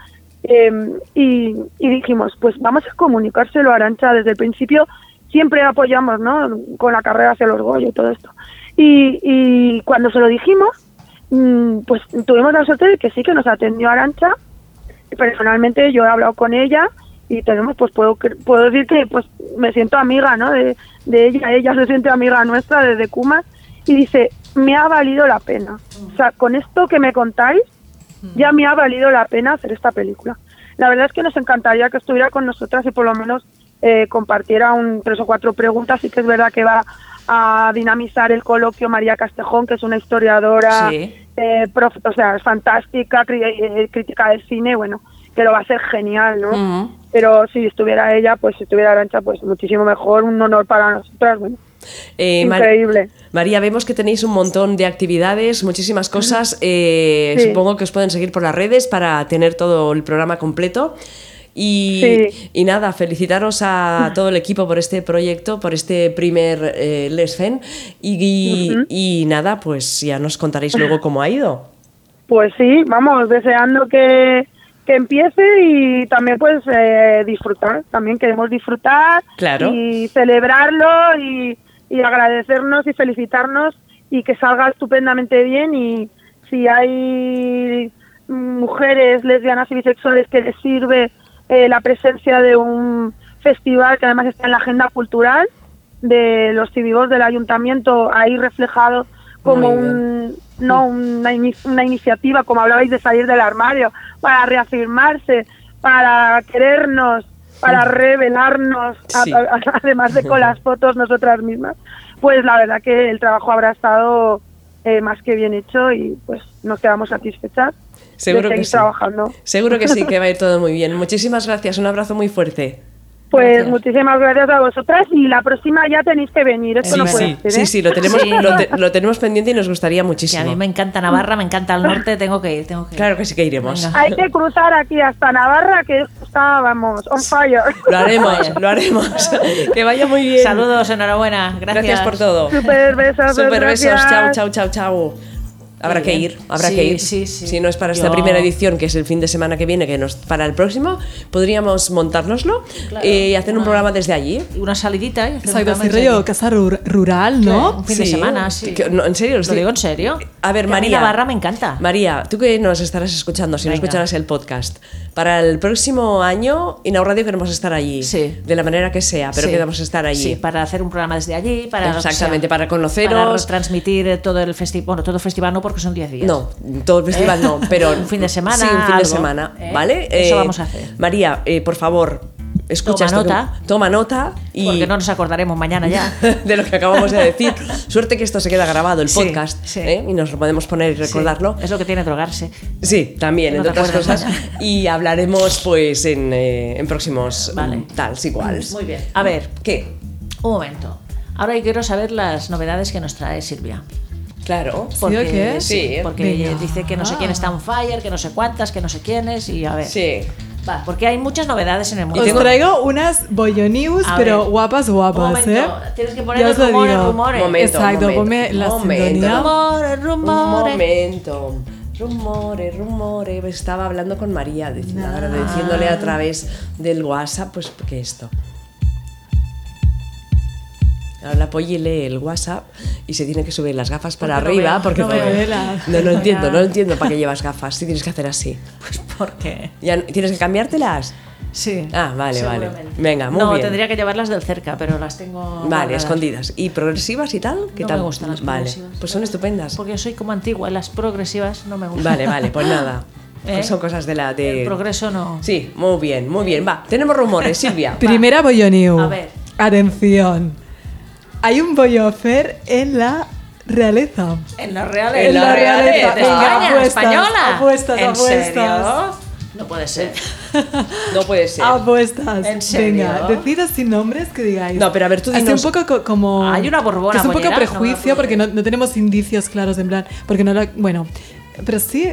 [SPEAKER 5] Eh, y, y dijimos, pues vamos a comunicárselo a Arancha desde el principio, siempre apoyamos, ¿no? Con la carrera hacia los Goya y todo esto. Y, y cuando se lo dijimos, mm, pues tuvimos la suerte de que sí que nos atendió Arancha. Personalmente yo he hablado con ella y tenemos pues puedo cre- puedo decir que pues me siento amiga no de, de ella ella se siente amiga nuestra desde Cumas y dice me ha valido la pena o sea con esto que me contáis ya me ha valido la pena hacer esta película la verdad es que nos encantaría que estuviera con nosotras y por lo menos eh, compartiera un tres o cuatro preguntas sí que es verdad que va a dinamizar el coloquio María Castejón que es una historiadora
[SPEAKER 1] Sí.
[SPEAKER 5] eh, prof- o sea, es fantástica, cri- eh, crítica del cine, bueno, que lo va a hacer genial, ¿no?
[SPEAKER 1] Mm.
[SPEAKER 5] Pero si estuviera ella, pues si estuviera Arancha, pues muchísimo mejor, un honor para nosotras, bueno,
[SPEAKER 1] Eh, Mar-
[SPEAKER 5] increíble.
[SPEAKER 1] María, vemos que tenéis un montón de actividades, muchísimas cosas. Eh,
[SPEAKER 5] Sí.
[SPEAKER 1] Supongo que os pueden seguir por las redes para tener todo el programa completo. Y,
[SPEAKER 5] Sí.
[SPEAKER 1] y nada, felicitaros a todo el equipo por este proyecto, por este primer eh, Lesfen. Y, y- y nada, pues ya nos contaréis luego cómo ha ido.
[SPEAKER 5] Pues sí, vamos, deseando que, que empiece y también pues eh, disfrutar, también queremos disfrutar
[SPEAKER 1] Claro.
[SPEAKER 5] y celebrarlo y, y agradecernos y felicitarnos y que salga estupendamente bien y si hay mujeres lesbianas y bisexuales que les sirve eh, la presencia de un festival que además está en la agenda cultural de los cívicos del ayuntamiento ahí reflejado como
[SPEAKER 1] Muy bien.
[SPEAKER 5] un no una, ini- una iniciativa, como hablabais, de salir del armario, para reafirmarse, para querernos, para revelarnos, a-
[SPEAKER 1] Sí.
[SPEAKER 5] a- además de con las fotos nosotras mismas, pues la verdad que el trabajo habrá estado eh, más que bien hecho y pues nos quedamos satisfechas de
[SPEAKER 1] Seguro que
[SPEAKER 5] seguir
[SPEAKER 1] sí.
[SPEAKER 5] trabajando.
[SPEAKER 1] Seguro que sí, que va a ir todo muy bien. Muchísimas gracias, un abrazo muy fuerte.
[SPEAKER 5] Pues muchísimas gracias a vosotras y la próxima ya tenéis que venir, esto
[SPEAKER 2] Sí,
[SPEAKER 5] no
[SPEAKER 2] sí,
[SPEAKER 5] puede ser, ¿eh?
[SPEAKER 1] Sí, sí, lo tenemos,
[SPEAKER 2] Sí.
[SPEAKER 1] Lo, te- lo tenemos pendiente y nos gustaría
[SPEAKER 2] Que
[SPEAKER 1] muchísimo.
[SPEAKER 2] a mí me encanta Navarra, me encanta el norte, tengo que ir, tengo que ir.
[SPEAKER 1] Claro que sí que iremos.
[SPEAKER 2] Venga.
[SPEAKER 5] Hay que cruzar aquí hasta Navarra, que esto está, vamos, on fire.
[SPEAKER 1] Lo haremos, lo haremos. Que vaya muy bien.
[SPEAKER 2] Saludos, enhorabuena, gracias.
[SPEAKER 1] Gracias por todo.
[SPEAKER 5] Super besos.
[SPEAKER 1] Super besos.
[SPEAKER 5] gracias.
[SPEAKER 1] Chao, chao, chao, chao. Habrá
[SPEAKER 2] Muy
[SPEAKER 1] que
[SPEAKER 2] bien.
[SPEAKER 1] ir, habrá
[SPEAKER 2] Sí,
[SPEAKER 1] que ir.
[SPEAKER 2] sí, sí.
[SPEAKER 1] Si no es para esta
[SPEAKER 2] Yo-
[SPEAKER 1] primera edición, que es el fin de semana que viene, que nos para el próximo, podríamos montárnoslo
[SPEAKER 2] Claro. Ah.
[SPEAKER 1] eh, y hacer un programa desde allí.
[SPEAKER 2] Y Una salidita. y hacer
[SPEAKER 3] Exacto,
[SPEAKER 2] un
[SPEAKER 3] así
[SPEAKER 2] programa
[SPEAKER 3] rollo
[SPEAKER 2] en
[SPEAKER 3] casa rur- rural,
[SPEAKER 2] serio.
[SPEAKER 3] ¿no?
[SPEAKER 2] Un fin de
[SPEAKER 1] Sí.
[SPEAKER 2] semana, sí.
[SPEAKER 1] Que- no, en serio,
[SPEAKER 2] Lo
[SPEAKER 1] sí. Eh,
[SPEAKER 2] digo en serio.
[SPEAKER 1] A ver,
[SPEAKER 2] Que mí
[SPEAKER 1] María.
[SPEAKER 2] Navarra me encanta.
[SPEAKER 1] María, tú que nos estarás escuchando, si no
[SPEAKER 2] Venga.
[SPEAKER 1] escucharás el podcast, para el próximo año, en Radio queremos estar allí.
[SPEAKER 2] Sí.
[SPEAKER 1] De la manera que sea, pero
[SPEAKER 2] Sí.
[SPEAKER 1] queremos estar allí.
[SPEAKER 2] Sí, para hacer un programa desde allí, para lo que
[SPEAKER 1] Exactamente,
[SPEAKER 2] sea.
[SPEAKER 1] para conoceros.
[SPEAKER 2] Para transmitir todo el festival, bueno, todo el festival no porque son 10 días.
[SPEAKER 1] No, todo el festival
[SPEAKER 2] ¿Eh?
[SPEAKER 1] no, pero
[SPEAKER 2] Un fin de semana,
[SPEAKER 1] Sí, un fin de
[SPEAKER 2] algo,
[SPEAKER 1] semana,
[SPEAKER 2] ¿eh?
[SPEAKER 1] ¿vale?
[SPEAKER 2] Eso vamos a hacer.
[SPEAKER 1] María, eh, por favor, escucha
[SPEAKER 2] Toma
[SPEAKER 1] esto que-
[SPEAKER 2] nota.
[SPEAKER 1] toma nota y
[SPEAKER 2] Porque no nos acordaremos mañana ya.
[SPEAKER 1] de lo que acabamos de decir. Suerte que esto se queda grabado el
[SPEAKER 2] Sí,
[SPEAKER 1] podcast
[SPEAKER 2] sí.
[SPEAKER 1] ¿eh? y nos lo podemos poner y recordarlo.
[SPEAKER 2] Sí,
[SPEAKER 1] Sí.
[SPEAKER 2] es lo que tiene drogarse.
[SPEAKER 1] también,
[SPEAKER 2] No
[SPEAKER 1] entre
[SPEAKER 2] te
[SPEAKER 1] otras
[SPEAKER 2] acuerdas,
[SPEAKER 1] cosas. Y hablaremos pues en, eh, en próximos
[SPEAKER 2] Vale.
[SPEAKER 1] mm, tals iguales.
[SPEAKER 2] Muy bien. A ver,
[SPEAKER 1] ¿Qué?
[SPEAKER 2] un momento. Ahora yo quiero saber las novedades que nos trae Silvia.
[SPEAKER 1] Claro.
[SPEAKER 2] Porque,
[SPEAKER 3] o qué?
[SPEAKER 1] Sí.
[SPEAKER 2] porque
[SPEAKER 3] Venga. Ah.
[SPEAKER 2] dice que no sé quién está on fire, que no sé cuántas, que no sé quiénes, y a ver.
[SPEAKER 1] Sí.
[SPEAKER 2] Va, porque hay muchas novedades en el mundo.
[SPEAKER 3] Os traigo unas bollo news,
[SPEAKER 2] A
[SPEAKER 3] pero
[SPEAKER 2] ver.
[SPEAKER 3] guapas, guapas,
[SPEAKER 2] Un momento,
[SPEAKER 3] ¿eh?
[SPEAKER 2] tienes que poner
[SPEAKER 3] poner
[SPEAKER 2] el rumor, el rumor.
[SPEAKER 1] Momento,
[SPEAKER 3] Exacto,
[SPEAKER 1] momento,
[SPEAKER 3] ponme la
[SPEAKER 1] momento.
[SPEAKER 3] sintonía.
[SPEAKER 2] Rumores, rumores.
[SPEAKER 1] Un momento. Rumores, rumores. Estaba hablando con María, diciendo-
[SPEAKER 2] Ah.
[SPEAKER 1] agradeciéndole a través del WhatsApp, pues que esto. Ahora la Polly lee el WhatsApp y se tiene que subir las gafas para
[SPEAKER 2] Porque no
[SPEAKER 1] arriba
[SPEAKER 2] veo,
[SPEAKER 1] porque
[SPEAKER 2] no
[SPEAKER 1] no,
[SPEAKER 2] veo.
[SPEAKER 1] no, no entiendo, no entiendo para qué llevas gafas. Si tienes que hacer así.
[SPEAKER 2] Pues porque.
[SPEAKER 1] Ya, ¿Tienes que cambiártelas?
[SPEAKER 2] Sí.
[SPEAKER 1] Ah, vale, vale.
[SPEAKER 2] seguramente.
[SPEAKER 1] Venga, muy
[SPEAKER 2] no,
[SPEAKER 1] bien.
[SPEAKER 2] tendría que llevarlas del cerca, pero las tengo.
[SPEAKER 1] Vale,
[SPEAKER 2] guardadas.
[SPEAKER 1] escondidas. ¿Y progresivas y tal? ¿Qué
[SPEAKER 2] No
[SPEAKER 1] tal?
[SPEAKER 2] me gustan las
[SPEAKER 1] Vale,
[SPEAKER 2] progresivas.
[SPEAKER 1] pues son estupendas.
[SPEAKER 2] Porque yo soy como antigua, las progresivas no me gustan.
[SPEAKER 1] Vale, vale, pues nada.
[SPEAKER 2] ¿Eh?
[SPEAKER 1] Pues son cosas de la de.
[SPEAKER 2] El progreso no.
[SPEAKER 1] Sí, muy bien, muy bien. Va, tenemos rumores, Silvia.
[SPEAKER 3] Primera bollo news.
[SPEAKER 2] A ver.
[SPEAKER 3] Atención. Hay un bollo fer en la realeza.
[SPEAKER 2] En los reales.
[SPEAKER 3] En la realeza.
[SPEAKER 2] de
[SPEAKER 3] Venga,
[SPEAKER 2] España,
[SPEAKER 3] apuestas,
[SPEAKER 2] española.
[SPEAKER 3] apuestas,
[SPEAKER 2] ¿En
[SPEAKER 3] apuestas.
[SPEAKER 2] serio? No puede ser.
[SPEAKER 1] No puede ser.
[SPEAKER 3] Apuestas.
[SPEAKER 2] ¿En serio?
[SPEAKER 3] Venga, decidas sin nombres que digáis.
[SPEAKER 1] No, pero a ver, tú
[SPEAKER 3] Así
[SPEAKER 1] dinos-
[SPEAKER 3] un poco co- como.
[SPEAKER 2] Hay una borbona
[SPEAKER 3] que Es un poco
[SPEAKER 2] bollera, no me
[SPEAKER 3] prejuicio
[SPEAKER 2] lo puedo
[SPEAKER 3] porque no, no tenemos indicios claros en plan. Porque no la. Bueno, pero sí.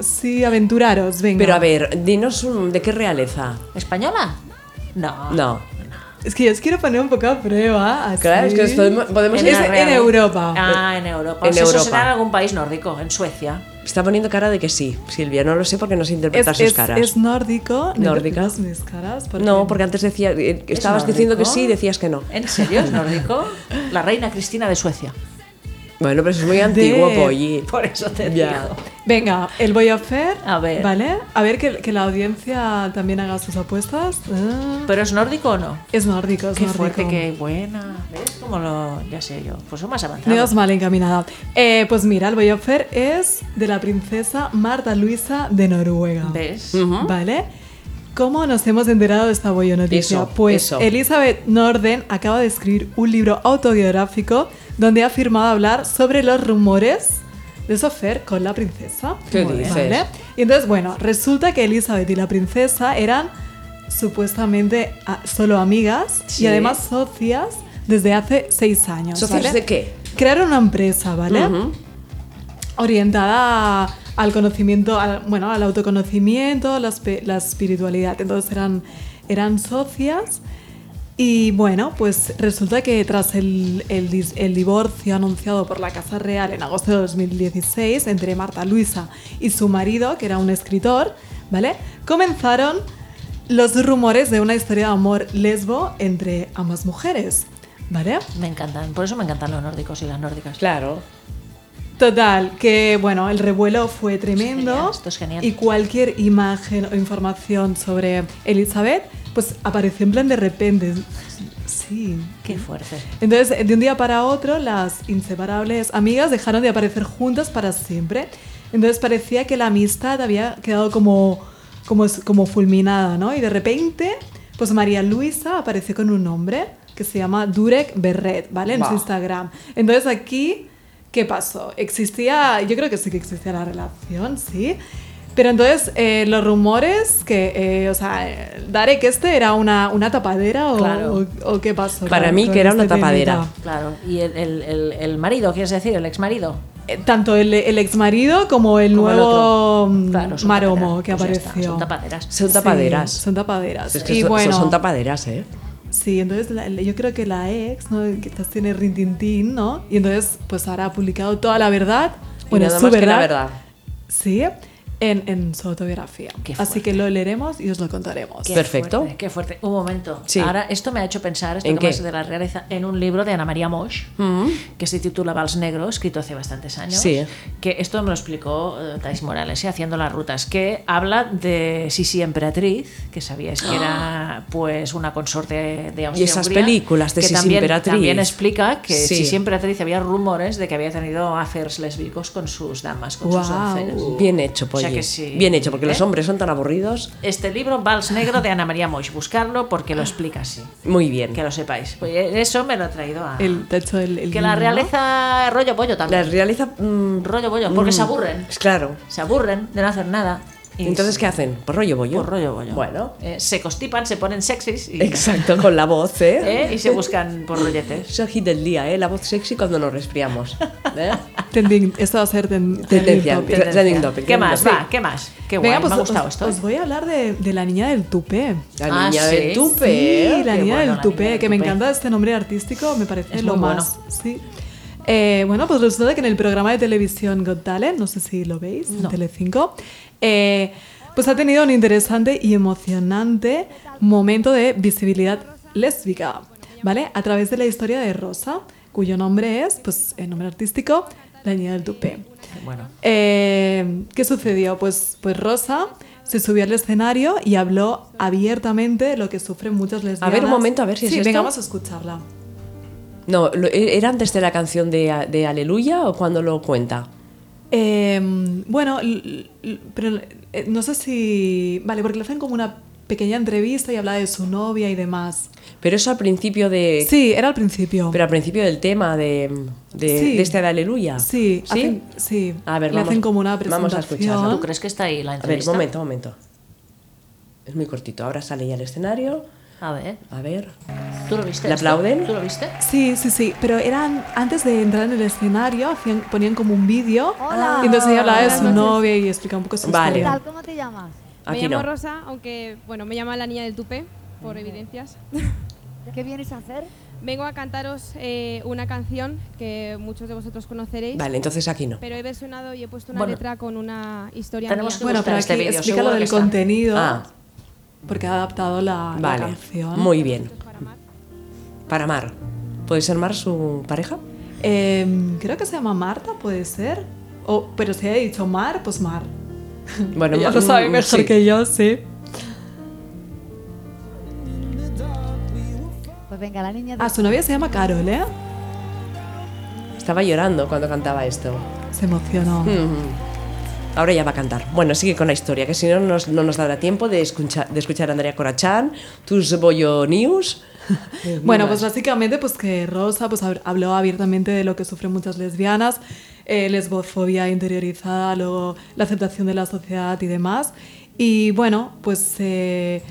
[SPEAKER 3] Sí, aventuraros, venga.
[SPEAKER 1] Pero a ver, dinos un- de qué realeza.
[SPEAKER 2] ¿Española? No.
[SPEAKER 1] No.
[SPEAKER 3] Es que yo os quiero poner un poco a prueba. Así.
[SPEAKER 1] Claro, es que os podemos- podemos
[SPEAKER 3] Es
[SPEAKER 1] ir
[SPEAKER 2] la
[SPEAKER 3] en
[SPEAKER 2] real-
[SPEAKER 3] Europa.
[SPEAKER 2] Ah, en Europa.
[SPEAKER 1] En
[SPEAKER 2] O sea, Eso
[SPEAKER 1] Europa.
[SPEAKER 2] será en algún país nórdico, en Suecia.
[SPEAKER 1] Está poniendo cara de que sí, Silvia. No lo sé porque no sé
[SPEAKER 3] Es,
[SPEAKER 1] interpretar sus
[SPEAKER 3] es,
[SPEAKER 1] caras.
[SPEAKER 3] es nórdico. ¿No
[SPEAKER 1] Nórdica.
[SPEAKER 3] interpretas mis caras?
[SPEAKER 1] no, porque antes decía, eh,
[SPEAKER 2] ¿Es
[SPEAKER 1] estabas
[SPEAKER 2] nórdico?
[SPEAKER 1] diciendo que sí y decías que no.
[SPEAKER 2] ¿En serio es nórdico? La reina Cristina de Suecia.
[SPEAKER 1] Bueno, pero eso es muy antiguo,
[SPEAKER 3] De-
[SPEAKER 1] Polly.
[SPEAKER 2] Por eso te
[SPEAKER 1] Ya.
[SPEAKER 2] digo.
[SPEAKER 3] Venga, el voy a hacer.
[SPEAKER 2] A ver.
[SPEAKER 3] ¿Vale? A ver que, que la audiencia también haga sus apuestas. Ah,
[SPEAKER 1] Pues,
[SPEAKER 2] ¿Pero es nórdico o no?
[SPEAKER 3] Es nórdico, es
[SPEAKER 2] Qué
[SPEAKER 3] nórdico.
[SPEAKER 2] fuerte, qué buena. ¿Ves cómo lo...? Ya sé yo. Pues son más
[SPEAKER 3] No
[SPEAKER 2] avanzados.
[SPEAKER 3] ibas mal encaminada. Eh, pues mira, el Boyoffer es de la princesa Marta Luisa de Noruega.
[SPEAKER 2] ¿Ves?
[SPEAKER 3] ¿Vale? ¿Cómo nos hemos enterado de esta bollo noticia?
[SPEAKER 1] Eso,
[SPEAKER 3] pues
[SPEAKER 1] eso.
[SPEAKER 3] Elizabeth Norden acaba de escribir un libro autobiográfico donde ha afirmado hablar sobre los rumores de su affair con la princesa.
[SPEAKER 1] ¿Qué
[SPEAKER 3] Muy bien,
[SPEAKER 1] dices?
[SPEAKER 3] Y entonces, bueno, resulta que Elizabeth y la princesa eran supuestamente a- solo amigas
[SPEAKER 1] Sí.
[SPEAKER 3] y además socias desde hace seis años.
[SPEAKER 1] ¿Socias
[SPEAKER 3] ¿vale?
[SPEAKER 1] de qué?
[SPEAKER 3] Crearon una empresa, ¿vale? orientada a- al conocimiento, al, bueno, al autoconocimiento, la, espe- la espiritualidad. Entonces eran, eran socias. Y bueno, pues resulta que tras el, el dis- el divorcio anunciado por la Casa Real en agosto de 2016 entre Marta Luisa y su marido, que era un escritor, ¿vale? Comenzaron los rumores de una historia de amor lesbo entre ambas mujeres, ¿vale?
[SPEAKER 2] Me encantan. Por eso me encantan los nórdicos y las nórdicas.
[SPEAKER 1] Claro.
[SPEAKER 3] Total, que bueno, el revuelo fue tremendo.
[SPEAKER 2] genial, esto es genial.
[SPEAKER 3] Y cualquier imagen o información sobre Elizabeth, pues apareció en plan de repente. Sí.
[SPEAKER 2] Qué fuerte.
[SPEAKER 3] Entonces, de un día para otro, las inseparables amigas dejaron de aparecer juntas para siempre. Entonces parecía que la amistad había quedado como, como, como fulminada, ¿no? Y de repente, pues María Luisa apareció con un hombre que se llama Durek Berret, ¿vale? En su Instagram. Entonces aquí, ¿qué pasó? Existía, yo creo que sí que existía la relación, sí. Pero entonces, eh, los rumores que, eh, o sea, eh, Darek este era una, una tapadera o,
[SPEAKER 2] Claro.
[SPEAKER 3] o- o qué pasó.
[SPEAKER 1] Para
[SPEAKER 3] con-
[SPEAKER 1] mí
[SPEAKER 3] con
[SPEAKER 1] que era una
[SPEAKER 3] este temita?
[SPEAKER 1] tapadera.
[SPEAKER 2] Claro. ¿Y el, el, el, el marido, quieres decir? ¿El ex marido?
[SPEAKER 3] Eh, Tanto el, el ex marido como el
[SPEAKER 2] Como el
[SPEAKER 3] nuevo mm,
[SPEAKER 2] Claro, son
[SPEAKER 3] maromo
[SPEAKER 2] tapaderas.
[SPEAKER 3] que
[SPEAKER 2] Pues ya está,
[SPEAKER 3] apareció.
[SPEAKER 2] son tapaderas.
[SPEAKER 1] Son
[SPEAKER 3] Sí,
[SPEAKER 1] tapaderas.
[SPEAKER 3] son tapaderas.
[SPEAKER 1] Es que
[SPEAKER 3] y
[SPEAKER 1] so- so-
[SPEAKER 3] bueno,
[SPEAKER 1] son tapaderas, ¿eh?
[SPEAKER 3] sí, entonces la- la- yo creo que la ex, ¿no? que estás tiene rintintín, ¿no? Y entonces, pues ahora ha publicado toda la verdad.
[SPEAKER 1] Y
[SPEAKER 3] Bueno,
[SPEAKER 1] nada
[SPEAKER 3] su
[SPEAKER 1] más que
[SPEAKER 3] verdad.
[SPEAKER 1] la verdad.
[SPEAKER 3] Sí, en, en su autobiografía.
[SPEAKER 2] Qué
[SPEAKER 3] Así que lo leeremos y os lo contaremos.
[SPEAKER 2] Qué
[SPEAKER 1] Perfecto.
[SPEAKER 2] fuerte, qué fuerte. Un momento.
[SPEAKER 1] Sí.
[SPEAKER 2] Ahora, esto me ha hecho pensar, esto
[SPEAKER 1] ¿En
[SPEAKER 2] que
[SPEAKER 1] qué?
[SPEAKER 2] más de la realeza, en un libro de Ana María Mosch, que se titula Vals Negro, escrito hace bastantes años.
[SPEAKER 1] Sí.
[SPEAKER 2] Que esto me lo explicó eh, Tais Morales, ¿eh? haciendo las rutas, que habla de Sisi Emperatriz, que sabíais que era pues una consorte de Austria.
[SPEAKER 1] ¡Ah! esas películas de
[SPEAKER 2] que
[SPEAKER 1] Sisi
[SPEAKER 2] también,
[SPEAKER 1] Emperatriz.
[SPEAKER 2] También explica que
[SPEAKER 1] Sí.
[SPEAKER 2] Sisi Emperatriz había rumores de que había tenido affairs lésbicos con sus damas, con sus
[SPEAKER 3] Guau.
[SPEAKER 2] oncenas.
[SPEAKER 1] Bien hecho,
[SPEAKER 2] O
[SPEAKER 1] Polly.
[SPEAKER 2] sea que sí.
[SPEAKER 1] Bien hecho, porque los
[SPEAKER 2] ¿Eh?
[SPEAKER 1] hombres son tan aburridos.
[SPEAKER 2] Este libro, Vals Negro, de Ana María Moix. Buscarlo porque
[SPEAKER 1] Ah.
[SPEAKER 2] lo explica así.
[SPEAKER 1] Muy bien.
[SPEAKER 2] Que lo sepáis. Pues eso me lo ha traído a...
[SPEAKER 3] El, de hecho, el, el
[SPEAKER 2] que la
[SPEAKER 3] libro, ¿no?
[SPEAKER 2] realeza rollo bollo
[SPEAKER 1] La
[SPEAKER 2] también.
[SPEAKER 1] realeza... mm,
[SPEAKER 2] Rollo bollo, porque
[SPEAKER 1] mm,
[SPEAKER 2] se aburren.
[SPEAKER 1] Claro.
[SPEAKER 2] Se aburren de no hacer nada. Y
[SPEAKER 1] Entonces, ¿qué hacen? Pues rollo bollo.
[SPEAKER 2] Pues rollo bollo.
[SPEAKER 1] Bueno.
[SPEAKER 2] eh, se constipan, se ponen sexys y,
[SPEAKER 1] Exacto, con la voz, ¿eh?
[SPEAKER 2] ¿eh? y se buscan por rolletes.
[SPEAKER 1] Es el hit del día, ¿eh? La voz sexy cuando nos resfriamos. ¿eh?
[SPEAKER 3] Trending- esto va a ser ten- trending
[SPEAKER 1] Tendencia.
[SPEAKER 3] topic. pues,
[SPEAKER 1] Trending
[SPEAKER 2] Tendencia.
[SPEAKER 1] topic,
[SPEAKER 2] ¿Qué
[SPEAKER 1] trending
[SPEAKER 2] más?
[SPEAKER 1] topic.
[SPEAKER 2] Va, ¿qué más? Qué guay, me ha
[SPEAKER 3] os-
[SPEAKER 2] gustado
[SPEAKER 3] os,
[SPEAKER 2] esto. ¿eh?
[SPEAKER 3] os voy a hablar de, de la niña del tupé.
[SPEAKER 1] La
[SPEAKER 2] Ah,
[SPEAKER 1] niña
[SPEAKER 2] sí.
[SPEAKER 1] del tupe.
[SPEAKER 3] Sí,
[SPEAKER 1] ¿eh?
[SPEAKER 3] la
[SPEAKER 2] Qué
[SPEAKER 3] niña
[SPEAKER 2] bueno,
[SPEAKER 3] del
[SPEAKER 2] la
[SPEAKER 3] tupé,
[SPEAKER 2] niña del
[SPEAKER 3] que me
[SPEAKER 2] tupé.
[SPEAKER 3] encanta este nombre artístico, me parece
[SPEAKER 2] Es
[SPEAKER 3] lo
[SPEAKER 2] muy
[SPEAKER 3] más. Sí. Eh, bueno, pues resulta que en el programa de televisión Got Talent, no sé si lo veis, en Telecinco, eh, pues ha tenido un interesante y emocionante momento de visibilidad lésbica, ¿vale? A través de la historia de Rosa, cuyo nombre es, pues, el nombre artístico, la niña del tupé.
[SPEAKER 2] Bueno,
[SPEAKER 3] Eh, ¿Qué sucedió? Pues, pues Rosa se subió al escenario y habló abiertamente de lo que sufren muchas lesbianas.
[SPEAKER 1] ver, un momento, a ver si es
[SPEAKER 3] sí,
[SPEAKER 1] esto.
[SPEAKER 3] venga, vamos a escucharla.
[SPEAKER 1] No, lo- ¿e-, ¿era antes de la canción de, de Aleluya o cuando lo cuenta?
[SPEAKER 3] Eh, bueno, l- l- pero eh, no sé si... Vale, porque le hacen como una pequeña entrevista y habla de su novia y demás.
[SPEAKER 1] Pero eso al principio de...
[SPEAKER 3] Sí, era al principio.
[SPEAKER 1] Pero al principio del tema de, de,
[SPEAKER 3] Sí.
[SPEAKER 1] de este de Aleluya.
[SPEAKER 3] sí,
[SPEAKER 1] ¿Sí?
[SPEAKER 3] hacen- sí.
[SPEAKER 1] A ver,
[SPEAKER 3] le
[SPEAKER 1] vamos-
[SPEAKER 3] hacen como una presentación.
[SPEAKER 1] vamos a escucharla.
[SPEAKER 2] ¿tú crees que está ahí la
[SPEAKER 1] A ver, un
[SPEAKER 2] entrevista?
[SPEAKER 1] momento, un momento. Es muy cortito. Ahora sale ya al escenario.
[SPEAKER 2] A ver,
[SPEAKER 1] A ver.
[SPEAKER 2] ¿tú lo viste?
[SPEAKER 1] ¿Le
[SPEAKER 2] esto?
[SPEAKER 1] aplauden?
[SPEAKER 2] ¿Tú lo viste?
[SPEAKER 3] Sí, sí, sí, pero eran antes de entrar en el escenario hacían, ponían como un vídeo y entonces ella hablaba de su novia y explicaba un poco su
[SPEAKER 1] Vale.
[SPEAKER 3] historia.
[SPEAKER 6] tal? ¿Cómo te llamas?
[SPEAKER 7] Me
[SPEAKER 1] Aquí
[SPEAKER 7] llamo
[SPEAKER 1] no.
[SPEAKER 7] Rosa, aunque bueno, me llama la niña del tupé, por evidencias.
[SPEAKER 6] ¿Qué vienes a hacer?
[SPEAKER 7] Vengo a cantaros eh, una canción que muchos de vosotros conoceréis,
[SPEAKER 1] Vale, entonces aquí no.
[SPEAKER 7] pero he versionado y he puesto una
[SPEAKER 2] Bueno.
[SPEAKER 7] letra con una historia
[SPEAKER 2] Tenemos
[SPEAKER 7] mía.
[SPEAKER 2] que-
[SPEAKER 3] Bueno,
[SPEAKER 2] gusta
[SPEAKER 3] pero
[SPEAKER 2] este
[SPEAKER 3] aquí
[SPEAKER 2] vídeo,
[SPEAKER 3] explica
[SPEAKER 2] seguro
[SPEAKER 3] lo
[SPEAKER 2] que
[SPEAKER 3] del
[SPEAKER 2] está.
[SPEAKER 3] contenido
[SPEAKER 1] Ah,
[SPEAKER 3] porque ha adaptado la, la
[SPEAKER 1] vale.
[SPEAKER 3] canción.
[SPEAKER 1] Muy bien.
[SPEAKER 7] para Mar.
[SPEAKER 1] Para Mar. ¿Puede ser Mar su pareja?
[SPEAKER 3] Em, creo que se llama Marta, puede ser. O, pero si he dicho Mar, pues Mar.
[SPEAKER 1] Bueno,
[SPEAKER 3] Ella
[SPEAKER 1] Mar-
[SPEAKER 3] lo sabe
[SPEAKER 1] mm,
[SPEAKER 3] mejor
[SPEAKER 1] sí.
[SPEAKER 3] que yo, sí.
[SPEAKER 6] Pues venga, la niña.
[SPEAKER 3] Ah, su novia se llama Carol, ¿eh?
[SPEAKER 1] Estaba llorando cuando cantaba esto.
[SPEAKER 3] Se emocionó.
[SPEAKER 1] Hmm. Ahora ya va a cantar. Bueno, sigue con la historia, que si no, nos- no nos dará tiempo de escuchar, de escuchar a Andrea Corachán, tus Bollo News.
[SPEAKER 3] Bueno, pues básicamente pues que Rosa pues hab- habló abiertamente de lo que sufren muchas lesbianas, eh, lesbofobia interiorizada, luego la aceptación de la sociedad y demás. Y bueno, pues eh,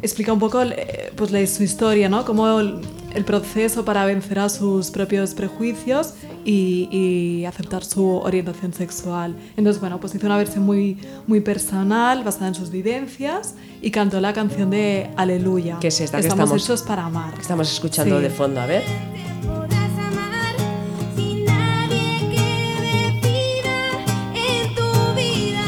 [SPEAKER 3] explica un poco eh, pues la- su historia, ¿no? Cómo el, el proceso para vencer a sus propios prejuicios y, y aceptar su orientación sexual. Entonces, bueno, pues hizo una versión muy, muy personal, basada en sus vivencias y cantó la canción de Aleluya.
[SPEAKER 1] Que es esta que
[SPEAKER 3] estamos,
[SPEAKER 1] estamos-
[SPEAKER 3] hechos para amar.
[SPEAKER 1] Estamos escuchando
[SPEAKER 3] Sí.
[SPEAKER 1] de fondo, a ver.
[SPEAKER 8] Podrás amar sin nadie que defina en tu vida.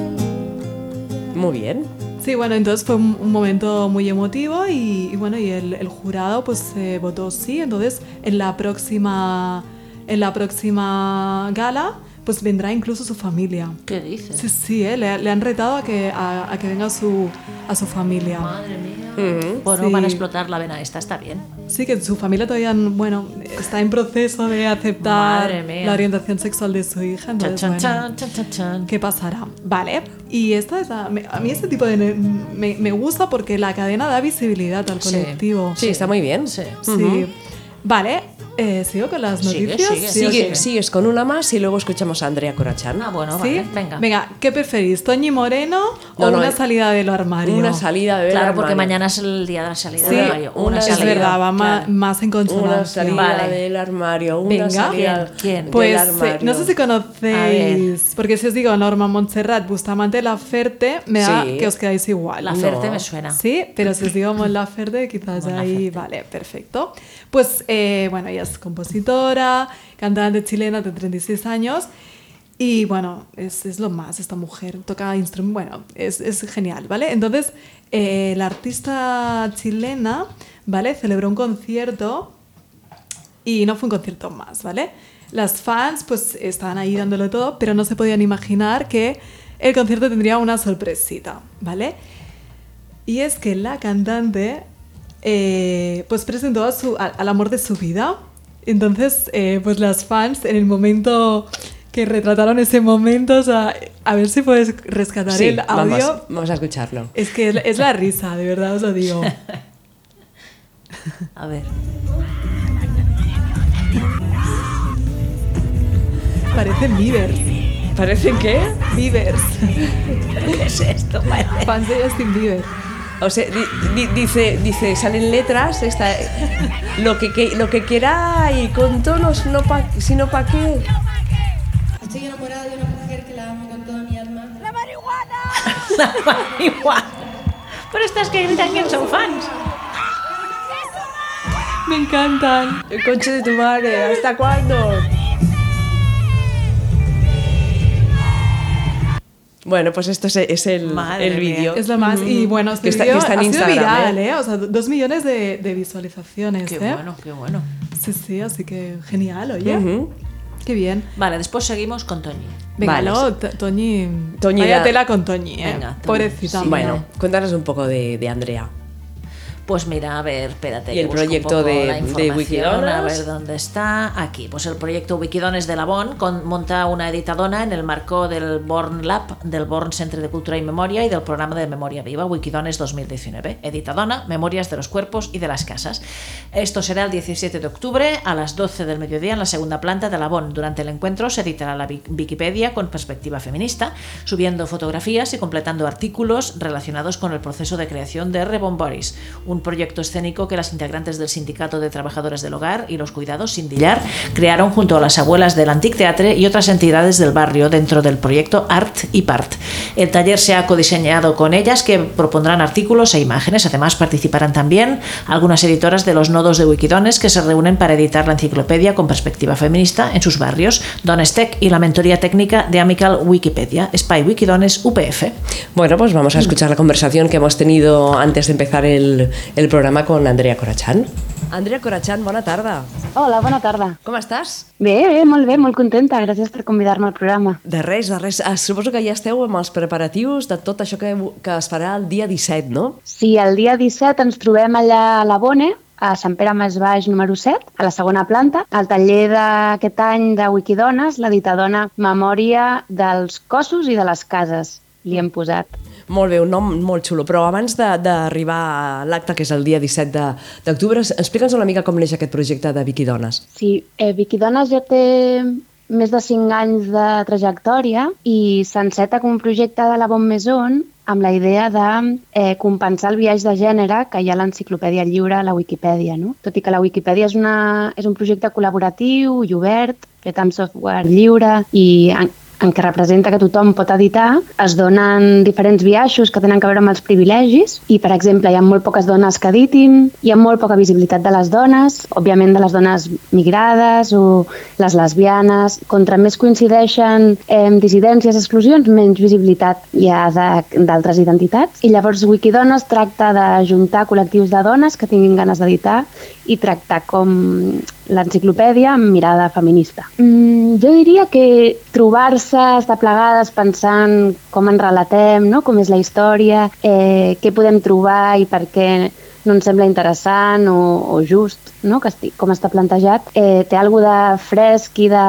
[SPEAKER 8] Aleluya,
[SPEAKER 1] Muy bien.
[SPEAKER 3] Sí, bueno, entonces fue un, un momento muy emotivo y, y bueno, y el, el jurado pues eh, votó sí, entonces en la próxima en la próxima gala pues vendrá incluso su familia.
[SPEAKER 2] ¿Qué dices?
[SPEAKER 3] Sí, sí, eh, le, le han retado a que, a, a que venga su, a su familia.
[SPEAKER 2] Madre mía. Bueno,
[SPEAKER 3] Sí.
[SPEAKER 2] van a explotar la vena esta, está bien.
[SPEAKER 3] Sí, que su familia todavía, bueno, está en proceso de aceptar
[SPEAKER 2] Madre mía.
[SPEAKER 3] la orientación sexual de su hija.
[SPEAKER 2] Chan,
[SPEAKER 3] Entonces,
[SPEAKER 2] chan,
[SPEAKER 3] Pues bueno.
[SPEAKER 2] chan, chan, chan, chan.
[SPEAKER 3] ¿Qué pasará? Vale. Y esta es la- me- a mí este tipo de... ne- Me, me gusta porque la cadena da visibilidad al
[SPEAKER 2] Sí.
[SPEAKER 3] colectivo.
[SPEAKER 1] Sí, está muy bien.
[SPEAKER 2] Sí.
[SPEAKER 3] Sí. Vale. eh, ¿Sigo con las
[SPEAKER 2] Sigue,
[SPEAKER 3] noticias?
[SPEAKER 2] sigue,
[SPEAKER 3] Sí,
[SPEAKER 1] Sigue-
[SPEAKER 2] sí.
[SPEAKER 1] Sigues con una más y luego escuchamos a Andrea Corachán.
[SPEAKER 2] Ah, bueno,
[SPEAKER 3] ¿Sí?
[SPEAKER 2] vale, venga.
[SPEAKER 3] ¿qué preferís? ¿Toñi Moreno
[SPEAKER 1] No,
[SPEAKER 3] o
[SPEAKER 1] no,
[SPEAKER 3] una
[SPEAKER 1] eh,
[SPEAKER 3] salida del armario?
[SPEAKER 1] Una salida de ver
[SPEAKER 2] Claro, porque
[SPEAKER 1] armario.
[SPEAKER 2] mañana es el día de la salida
[SPEAKER 3] Sí,
[SPEAKER 2] del armario.
[SPEAKER 1] una
[SPEAKER 2] Una
[SPEAKER 1] es
[SPEAKER 3] Es
[SPEAKER 2] salida.
[SPEAKER 3] verdad, va ma-
[SPEAKER 2] claro.
[SPEAKER 3] más en
[SPEAKER 1] Una
[SPEAKER 3] consonancia.
[SPEAKER 1] salida
[SPEAKER 2] Vale.
[SPEAKER 1] del armario, una
[SPEAKER 3] Venga.
[SPEAKER 1] salida
[SPEAKER 2] ¿Quién? ¿Quién?
[SPEAKER 1] del
[SPEAKER 3] Pues eh,
[SPEAKER 1] armario.
[SPEAKER 3] no sé si
[SPEAKER 2] A ver.
[SPEAKER 3] conocéis, porque si os digo Norma Montserrat, Bustamante, La Ferte, me da
[SPEAKER 1] Sí.
[SPEAKER 3] que os quedáis igual.
[SPEAKER 2] La Ferte me suena.
[SPEAKER 3] Sí, pero si os digo Mon Laferte, quizás
[SPEAKER 2] Mon
[SPEAKER 3] ahí vale, perfecto. Pues eh, bueno, ella es compositora, cantante chilena de 36 años y bueno, es, es lo más esta mujer, toca instrumento, bueno, es, es genial, ¿vale? Entonces, eh, la artista chilena, ¿vale? Celebró un concierto y no fue un concierto más, ¿vale? Las fans pues estaban ahí dándolo todo, pero no se podían imaginar que el concierto tendría una sorpresita, ¿vale? Y es que la cantante eh, pues presentó a su, a- al amor de su vida. Entonces, eh, pues las fans en el momento que retrataron ese momento, o sea, a ver si puedes rescatar
[SPEAKER 1] Sí,
[SPEAKER 3] el audio.
[SPEAKER 1] Vamos, vamos a escucharlo.
[SPEAKER 3] Es que es, es la risa, de verdad os lo digo.
[SPEAKER 2] A ver.
[SPEAKER 3] Parecen Beavers.
[SPEAKER 1] ¿Parece que?
[SPEAKER 3] Beavers.
[SPEAKER 2] ¿Qué es esto? Vale.
[SPEAKER 3] Fans de Justin Bieber.
[SPEAKER 1] O sea, di- di- dice, dice, salen letras, está, lo, que, que- lo que quiera y con tonos, no pa, sino pa' qué.
[SPEAKER 9] Estoy enamorada de una mujer que la amo con toda mi alma.
[SPEAKER 2] La marihuana. Pero estas que gritan que son fans.
[SPEAKER 3] Me encantan.
[SPEAKER 1] El coche de tu madre, ¿hasta cuándo? Bueno, pues esto es, es el,
[SPEAKER 2] Madre
[SPEAKER 1] el vídeo.
[SPEAKER 3] Es lo más. Y bueno, este
[SPEAKER 1] Mm. Que está- que
[SPEAKER 3] vídeo
[SPEAKER 1] está en
[SPEAKER 3] ha
[SPEAKER 1] Instagram,
[SPEAKER 3] sido viral,
[SPEAKER 1] ¿eh?
[SPEAKER 3] ¿eh? O sea, do- dos millones de, de visualizaciones,
[SPEAKER 2] Qué
[SPEAKER 3] ¿eh?
[SPEAKER 2] bueno, qué bueno.
[SPEAKER 3] Sí, sí, así que genial, oye.
[SPEAKER 1] Ujú.
[SPEAKER 3] Qué bien.
[SPEAKER 2] Vale, después seguimos con Tony.
[SPEAKER 3] Venga,
[SPEAKER 1] Vale.
[SPEAKER 3] luego, To- Toñi.
[SPEAKER 1] Toñi
[SPEAKER 3] vaya
[SPEAKER 1] da-
[SPEAKER 3] tela con Toñi, ¿eh?
[SPEAKER 2] Venga, Toñi.
[SPEAKER 3] Pobrecita.
[SPEAKER 2] Sí,
[SPEAKER 3] mira.
[SPEAKER 1] Bueno, cuéntanos un poco de, de Andrea.
[SPEAKER 2] Pues mira, a ver, espérate.
[SPEAKER 1] ¿Y
[SPEAKER 2] que
[SPEAKER 1] el
[SPEAKER 2] busco un
[SPEAKER 1] proyecto
[SPEAKER 2] poco
[SPEAKER 1] de-
[SPEAKER 2] la
[SPEAKER 1] de
[SPEAKER 2] información,
[SPEAKER 1] Wikidonas?
[SPEAKER 2] A ver dónde está. Aquí, pues el proyecto Wikidones de Labón con, monta una editadona en el marco del Born Lab, del Born Centre de Cultura y Memoria y del programa de Memoria Viva Wikidones 2019. Editadona, Memorias de los Cuerpos y de las Casas. Esto será el 17 de octubre a las 12 del mediodía en la segunda planta de Labón. Durante el encuentro se editará la Wik- Wikipedia con perspectiva feminista, subiendo fotografías y completando artículos relacionados con el proceso de creación de Rebon Boris, un proyecto escénico que las integrantes del Sindicato de Trabajadores del Hogar y los Cuidados Sindillar crearon junto a las abuelas del Antic Teatre y otras entidades del barrio dentro del proyecto Art y Part. El taller se ha codiseñado con ellas que propondrán artículos e imágenes. Además participarán también algunas editoras de los nodos de Wikidones que se reúnen para editar la enciclopedia con perspectiva feminista en sus barrios, Donestec y la mentoría técnica de Amical Wikipedia, Spy Wikidones UPF.
[SPEAKER 1] Bueno, pues vamos a escuchar la conversación que hemos tenido antes de empezar el, el programa con Andrea Corachán. Andrea Corachán, bona tarda.
[SPEAKER 10] Hola, bona tarda.
[SPEAKER 1] Com estàs?
[SPEAKER 10] Bé, bé, molt bé, molt contenta. Gràcies per convidar-me al programa.
[SPEAKER 1] De res, de res. Ah, Suposo que ja esteu amb els preparatius de tot això que, que es farà el dia 17, no?
[SPEAKER 10] Sí, el dia 17 ens trobem allà a la Bone, a Sant Pere Més Baix número 7, a la segona planta, al taller d'aquest any de Wikidones, l'editadona Memòria dels cossos i de les cases, li hem posat.
[SPEAKER 1] Molt bé, un nom molt xulo, però abans de- d'arribar a l'acte, que és el dia 17 de- d'octubre, explica'ns una mica com neix aquest projecte de Vicky Dones.
[SPEAKER 10] Sí, eh, Wikidones ja té més de 5 anys de trajectòria i s'enceta com un projecte de la Bon Maison amb la idea de eh, compensar el viatge de gènere que hi ha a l'enciclopèdia lliure a la Wikipedia. No? Tot i que la Wikipedia és, una, és un projecte col·laboratiu i obert, fet amb software lliure i en, en què representa que tothom pot editar, es donen diferents biaixos que tenen que veure amb els privilegis i, per exemple, hi ha molt poques dones que editin, hi ha molt poca visibilitat de les dones, òbviament de les dones migrades o les lesbianes. Contra més coincideixen eh, dissidències, exclusions, menys visibilitat hi ha de- d'altres identitats. I llavors Wikidones tracta de juntar col·lectius de dones que tinguin ganes d'editar i tractar com l'enciclopèdia amb mirada feminista. Mm, jo diria que trobar-se, estar plegades pensant com ens relatem, no? com és la història, eh, què podem trobar i per què no ens sembla interessant o, o just, no? que estic, com està plantejat, eh, té alguna de fresc i de,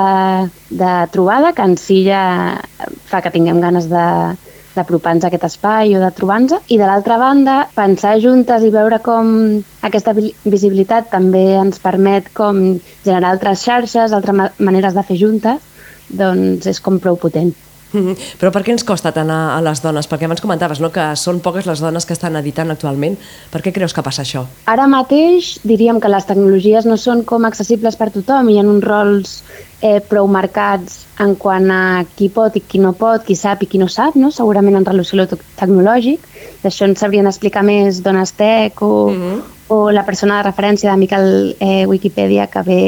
[SPEAKER 10] de trobada que en si ja fa que tinguem ganes de, d'apropar-nos a aquest espai o de trobar-nos i de l'altra banda pensar juntes i veure com aquesta vi- visibilitat també ens permet com generar altres xarxes, altres ma- maneres de fer juntes, doncs és com prou potent.
[SPEAKER 1] Mhm. Però per què ens costa tant a, a les dones? Perquè abans comentaves no, que són poques les dones que estan editant actualment. Per què creus que passa això?
[SPEAKER 10] Ara mateix diríem que les tecnologies no són com accessibles per tothom, hi ha uns rols eh, prou marcats en quant a qui pot i qui no pot, qui sap i qui no sap, no? segurament en relació a lo tec- tecnològic. D'això ens sabrien explicar més Dones Tech o, o la persona de referència de Miquel eh, Wikipedia que ve,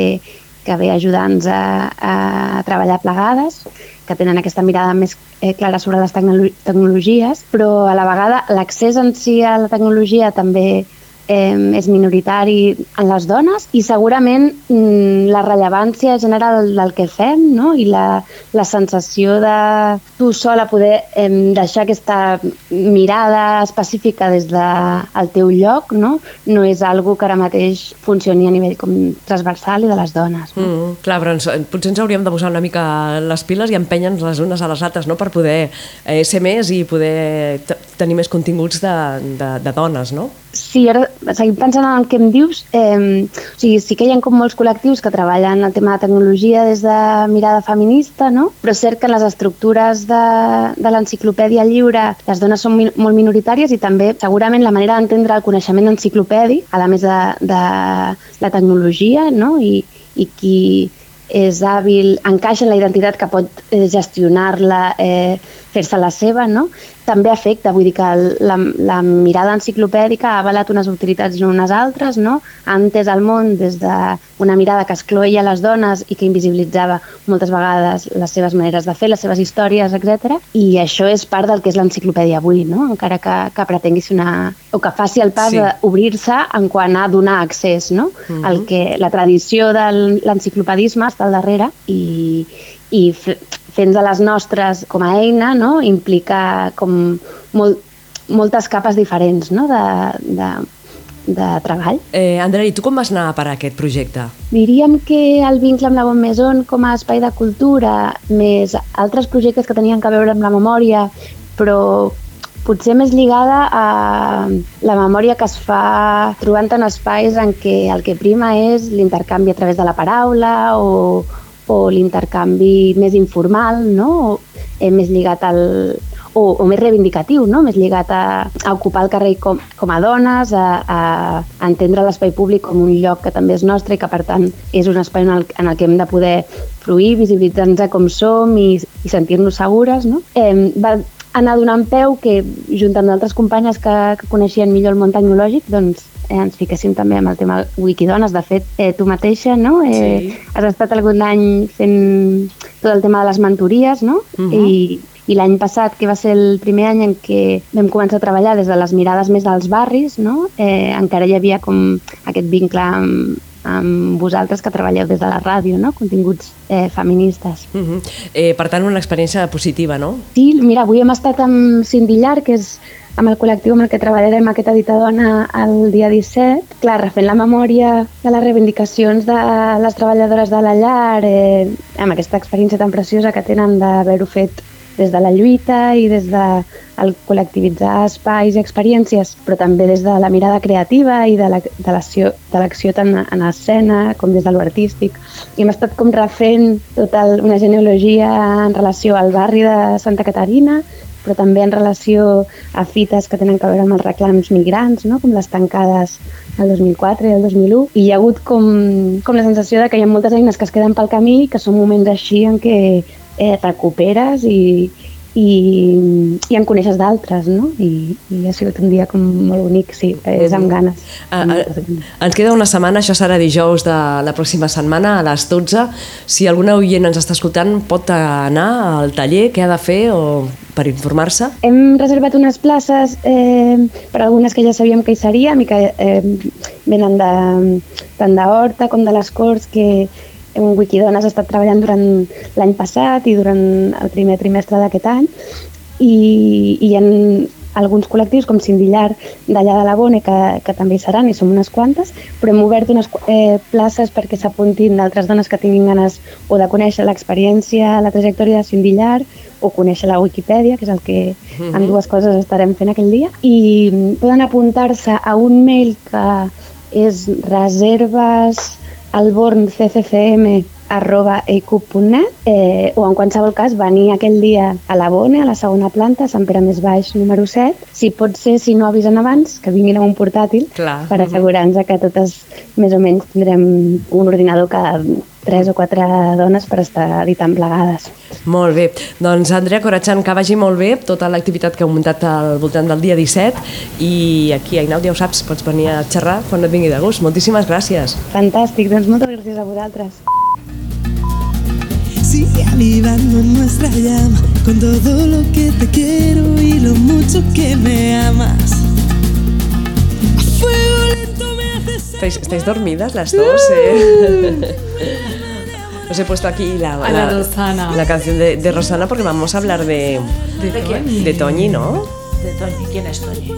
[SPEAKER 10] que ve ajudant-nos a, a treballar plegades que tenen aquesta mirada més eh, clara sobre les tecnolo tecnologies, però a la vegada l'accés en si a la tecnologia també eh, és minoritari en les dones i segurament mm, la rellevància general del que fem no? i la, la sensació de tu sola poder eh, deixar aquesta mirada específica des del de el teu lloc no, no és algo que ara mateix funcioni a nivell com transversal i de les dones.
[SPEAKER 1] Mm, clar, però ens, potser ens hauríem de posar una mica les piles i empènyer les unes a les altres no? per poder eh, ser més i poder te- tenir més continguts de, de, de dones, no?
[SPEAKER 10] Sí, ara seguim pensant en el que em dius. Eh, o sigui, sí que hi ha com molts col·lectius que treballen el tema de tecnologia des de mirada feminista, no? però és cert que en les estructures de, de l'enciclopèdia lliure les dones són min molt minoritàries i també segurament la manera d'entendre el coneixement enciclopèdic, a la més de, de la tecnologia no? I, i qui és hàbil, encaixa en la identitat que pot eh, gestionar-la, eh, fer-se la seva, no? també afecta, vull dir que el- la, la mirada enciclopèdica ha avalat unes autoritats i unes altres, no? ha entès el món des d'una mirada que excloïa les dones i que invisibilitzava moltes vegades les seves maneres de fer, les seves històries, etc. I això és part del que és l'enciclopèdia avui, no? encara que, que pretengui ser una... o que faci el pas
[SPEAKER 11] Sí.
[SPEAKER 10] sí. d'obrir-se en quant a donar accés, no?
[SPEAKER 11] Mhm.
[SPEAKER 10] Mm -hmm. que la tradició de l'enciclopedisme està al darrere i, i fe- fent de les nostres com a eina no? implica com molt, moltes capes diferents no? de, de, de treball.
[SPEAKER 1] Eh, Andrea, i tu com vas anar per aquest projecte?
[SPEAKER 10] Diríem que el vincle amb la Bon Maison com a espai de cultura, més altres projectes que tenien que veure amb la memòria, però potser més lligada a la memòria que es fa trobant en espais en què el que prima és l'intercanvi a través de la paraula o, o l'intercanvi més informal, no? O, eh, més lligat al, o, o més reivindicatiu, no? més lligat a, a ocupar el carrer com, com a dones, a, a entendre l'espai públic com un lloc que també és nostre i que per tant és un espai en el, en el que hem de poder fruir, visibilitzar-nos com som i, i sentir-nos segures. No? Eh, va anar donant peu que, junt amb altres companyes que, que coneixien millor el món tecnològic, doncs eh, ens fiquéssim també amb el tema Wikidones. De fet, eh, tu mateixa, no? Eh,
[SPEAKER 11] Sí.
[SPEAKER 10] Has estat algun any fent tot el tema de les mentories, no?
[SPEAKER 11] Mhm.
[SPEAKER 10] I i l'any passat, que va ser el primer any en què vam començar a treballar des de les mirades més dels barris, no? eh, encara hi havia com aquest vincle amb, amb vosaltres que treballeu des de la ràdio, no? continguts eh, feministes.
[SPEAKER 1] Uh -huh. eh, per tant, una experiència positiva, no?
[SPEAKER 10] Sí, mira, avui hem estat amb Cindy Llar, que és amb el col·lectiu amb el que treballarem aquest editadona el dia 17. Clar, refent la memòria de les reivindicacions de les treballadores de la llar, eh, amb aquesta experiència tan preciosa que tenen d'haver-ho fet des de la lluita i des de el col·lectivitzar espais i experiències, però també des de la mirada creativa i de la- de l'acció de l'acció tant en escena com des de lo artístic. I hem estat com refent tota el- una genealogia en relació al barri de Santa Caterina, però també en relació a fites que tenen que veure amb els reclams migrants, no? com les tancades el 2004 i el 2001, i hi ha hagut com, com la sensació de que hi ha moltes eines que es queden pel camí i que són moments així en què eh, recuperes i, i, i en coneixes d'altres, no? I, I ha sigut un dia com molt bonic, sí, és amb ganes.
[SPEAKER 1] Ah, ah, ens queda una setmana, això serà dijous de la pròxima setmana a les 12. Si alguna oient ens està escoltant, pot anar al taller, què ha de fer o per informar-se?
[SPEAKER 10] Hem reservat unes places eh, per algunes que ja sabíem que hi seríem i que eh, venen de, tant d'Horta com de les Corts, que un Wikidones ha estat treballant durant l'any passat i durant el primer trimestre d'aquest any. I, i hi ha alguns col·lectius com Cindillar d'allà de la Bone que, que també hi seran i som unes quantes, però hem obert unes eh, places perquè s'apuntin d'altres dones que tinguin ganes o de conèixer l'experiència, la trajectòria de Cindillar o conèixer la Wikipedia, que és el que
[SPEAKER 11] Mhm.
[SPEAKER 10] en dues coses estarem fent aquell dia, i mm, poden apuntar-se a un mail que és reserves albornccfm arroba E ecu.net eh, o en qualsevol cas venir aquell dia a la Bona, a la segona planta, a Sant Pere Més Baix, número 7. Si pot ser, si no avisen abans, que vinguin amb un portàtil
[SPEAKER 1] Clar.
[SPEAKER 10] per assegurar-nos que totes més o menys tindrem un ordinador cada tres o quatre dones per estar editant plegades.
[SPEAKER 1] Molt bé. Doncs Andrea Coratxan, que vagi molt bé tota l'activitat que heu muntat al voltant del dia 17 i aquí a Inaud ja ho saps, pots venir a xerrar quan et vingui de gust. Moltíssimes gràcies.
[SPEAKER 10] Fantàstic, doncs moltes gràcies a vosaltres.
[SPEAKER 11] Sigue avivando nuestra llama con todo lo que te quiero y lo mucho que me amas. A fuego lento me haces
[SPEAKER 1] ¿Estáis, estáis dormidas las dos? eh? Os he puesto aquí la,
[SPEAKER 3] A la Rosana.
[SPEAKER 1] la canción de, de Rosana porque vamos a hablar de,
[SPEAKER 2] ¿De ¿De quién? Toñi.
[SPEAKER 1] de Toñi, ¿no?
[SPEAKER 2] De Toñi. ¿Quién es Toñi?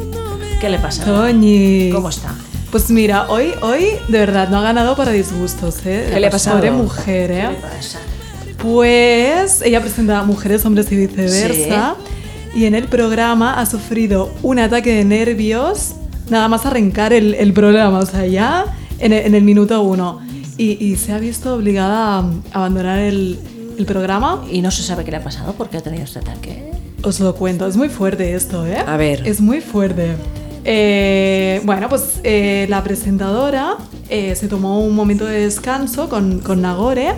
[SPEAKER 2] ¿Qué le pasa?
[SPEAKER 3] Toñi.
[SPEAKER 2] ¿Cómo está?
[SPEAKER 3] Pues mira, hoy, hoy de verdad no ha ganado para disgustos, ¿eh?
[SPEAKER 2] ¿Qué le ha pasado?
[SPEAKER 3] Pobre mujer, ¿eh?
[SPEAKER 2] ¿Qué le pasa?
[SPEAKER 3] Pues ella presenta Mujeres, Hombres y Viceversa. Y en el programa ha sufrido un ataque de nervios, nada más arrancar el, el programa, o sea, ya en el, en el minuto uno. Y, y se ha visto obligada a abandonar el, el programa.
[SPEAKER 2] Y no se sabe qué le ha pasado porque ha tenido este ataque.
[SPEAKER 3] Os lo cuento, es muy fuerte esto, ¿eh?
[SPEAKER 1] A ver.
[SPEAKER 3] Es muy fuerte. Eh, bueno, pues eh, la presentadora eh, se tomó un momento de descanso con, con Nagore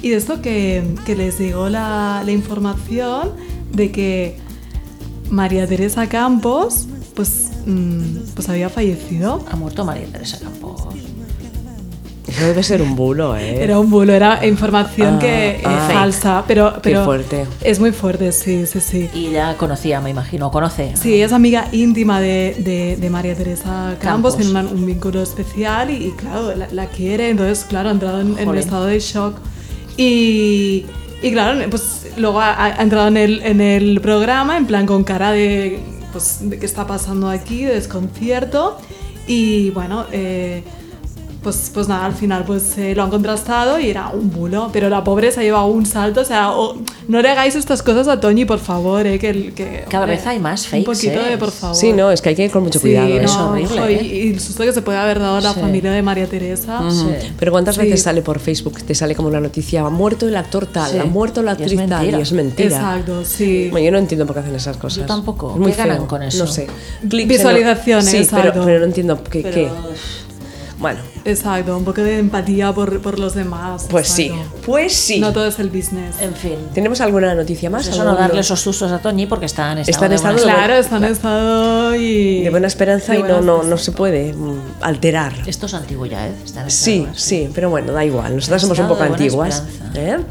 [SPEAKER 3] y de esto que, que les llegó la, la información de que María Teresa Campos pues, mm, pues había fallecido.
[SPEAKER 2] Ha muerto María Teresa Campos.
[SPEAKER 1] Eso debe ser un bulo, ¿eh?
[SPEAKER 3] Era un bulo, era información
[SPEAKER 1] Ah,
[SPEAKER 3] que eh,
[SPEAKER 1] ah.
[SPEAKER 3] falsa, pero,
[SPEAKER 1] Qué
[SPEAKER 3] pero
[SPEAKER 1] fuerte.
[SPEAKER 3] es muy fuerte, sí, sí, sí.
[SPEAKER 2] Y ya conocía, me imagino, conoce.
[SPEAKER 3] Sí, ella es amiga íntima de, de- de María Teresa
[SPEAKER 2] Campos.
[SPEAKER 3] Campos, tiene una- un vínculo especial y, y, claro, la, la quiere, entonces, claro, ha entrado en, en un
[SPEAKER 2] Jolín.
[SPEAKER 3] estado de shock. Y, y, claro, pues luego ha, ha entrado en el, en el programa en plan con cara de, pues, de qué está pasando aquí, de desconcierto. y bueno, eh, pues, pues nada, al final pues eh, lo han contrastado y era un bulo, pero la pobre se ha llevado un salto, o sea, o- no le hagáis estas cosas a Toñi, por favor, eh, que, el- que
[SPEAKER 2] Cada
[SPEAKER 3] hombre,
[SPEAKER 2] vez hay más
[SPEAKER 3] Un
[SPEAKER 2] fakes,
[SPEAKER 3] poquito
[SPEAKER 2] eh.
[SPEAKER 3] de por favor.
[SPEAKER 1] Sí, no, es que hay que ir con mucho
[SPEAKER 3] Sí,
[SPEAKER 1] cuidado.
[SPEAKER 3] no,
[SPEAKER 1] ¿eh?
[SPEAKER 3] ojo, y- Y el susto que se puede haber dado a la
[SPEAKER 1] Sí.
[SPEAKER 3] familia de María Teresa.
[SPEAKER 1] Ujú. Pero ¿cuántas veces sale por Facebook? Te sale como la noticia, ha muerto el actor tal,
[SPEAKER 3] Sí.
[SPEAKER 1] ha muerto la
[SPEAKER 3] Y es
[SPEAKER 1] actriz tal,
[SPEAKER 3] mentira.
[SPEAKER 1] y es mentira.
[SPEAKER 3] Exacto, sí.
[SPEAKER 1] Bueno, yo no entiendo por qué hacen esas cosas.
[SPEAKER 2] Yo tampoco.
[SPEAKER 1] Es muy
[SPEAKER 2] ¿Qué ganan
[SPEAKER 1] feo.
[SPEAKER 2] con eso?
[SPEAKER 1] No sé. Clics en-
[SPEAKER 3] Visualizaciones,
[SPEAKER 1] Sí,
[SPEAKER 3] exacto.
[SPEAKER 1] pero, pero no entiendo qué.
[SPEAKER 3] Pero-
[SPEAKER 1] qué. Bueno,
[SPEAKER 3] Exacto, un poco de empatía por, por los demás.
[SPEAKER 1] pues sí. Pues sí.
[SPEAKER 3] No todo es el business.
[SPEAKER 2] En fin.
[SPEAKER 1] ¿Tenemos alguna noticia más?
[SPEAKER 2] Pues eso, no
[SPEAKER 1] ¿Algún-
[SPEAKER 2] darle esos sustos a Toñi porque está en estado
[SPEAKER 1] Está en
[SPEAKER 2] de
[SPEAKER 1] estado
[SPEAKER 2] buena
[SPEAKER 1] de-
[SPEAKER 2] salud.
[SPEAKER 1] Claro, está en
[SPEAKER 3] estado y...
[SPEAKER 1] De buena esperanza
[SPEAKER 2] De
[SPEAKER 1] y no,
[SPEAKER 2] buena
[SPEAKER 1] no, no se puede mm, alterar.
[SPEAKER 2] Esto es antiguo ya, ¿eh? Está en
[SPEAKER 1] Sí, sí, pero bueno, da igual. Nosotras somos un
[SPEAKER 2] Estado
[SPEAKER 1] poco
[SPEAKER 2] de buena
[SPEAKER 1] antiguas.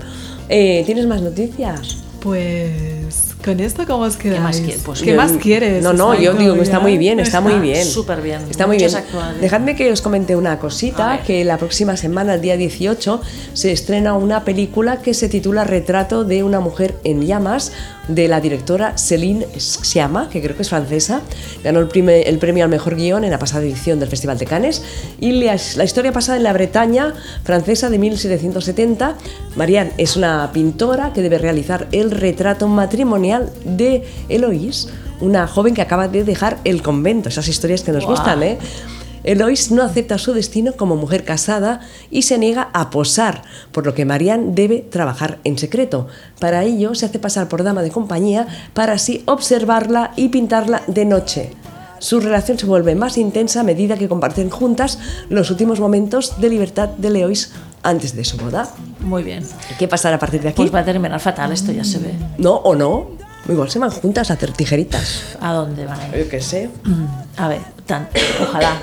[SPEAKER 1] ¿eh? Eh, ¿Tienes más noticias?
[SPEAKER 3] Pues con esto cómo os quedáis. ¿Qué más, pues
[SPEAKER 1] Yo-
[SPEAKER 3] quieres?
[SPEAKER 1] No, no, yo
[SPEAKER 3] Exacto,
[SPEAKER 1] digo que está
[SPEAKER 3] ya.
[SPEAKER 1] muy bien, está, muy bien.
[SPEAKER 2] súper bien.
[SPEAKER 1] Está muy bien.
[SPEAKER 2] Muchas actuales.
[SPEAKER 1] Dejadme que os comente una cosita, que la próxima semana, el día 18, se estrena una película que se titula Retrato de una mujer en llamas, de la directora Céline Sciamma, que creo que es francesa. Ganó el, prime- el premio al mejor guión en la pasada edición del Festival de Cannes. Y la, la historia pasada en la Bretaña francesa de 1770. Marianne es una pintora que debe realizar el retrato matrimonial de Eloise, una joven que acaba de dejar el convento. Esas historias que nos
[SPEAKER 12] Guau.
[SPEAKER 1] gustan, ¿eh? Elois no acepta su destino como mujer casada y se niega a posar, por lo que Marianne debe trabajar en secreto. Para ello se hace pasar por dama de compañía para así observarla y pintarla de noche. Su relación se vuelve más intensa a medida que comparten juntas los últimos momentos de libertad de Elois antes de su boda.
[SPEAKER 2] Muy bien.
[SPEAKER 1] ¿Qué Mm. pasará a partir de aquí?
[SPEAKER 2] Pues va a terminar fatal, esto ya se ve.
[SPEAKER 1] No o no. Igual se van juntas a hacer tijeritas.
[SPEAKER 2] ¿A dónde van?
[SPEAKER 1] Yo qué sé.
[SPEAKER 2] A ver, tan, ojalá.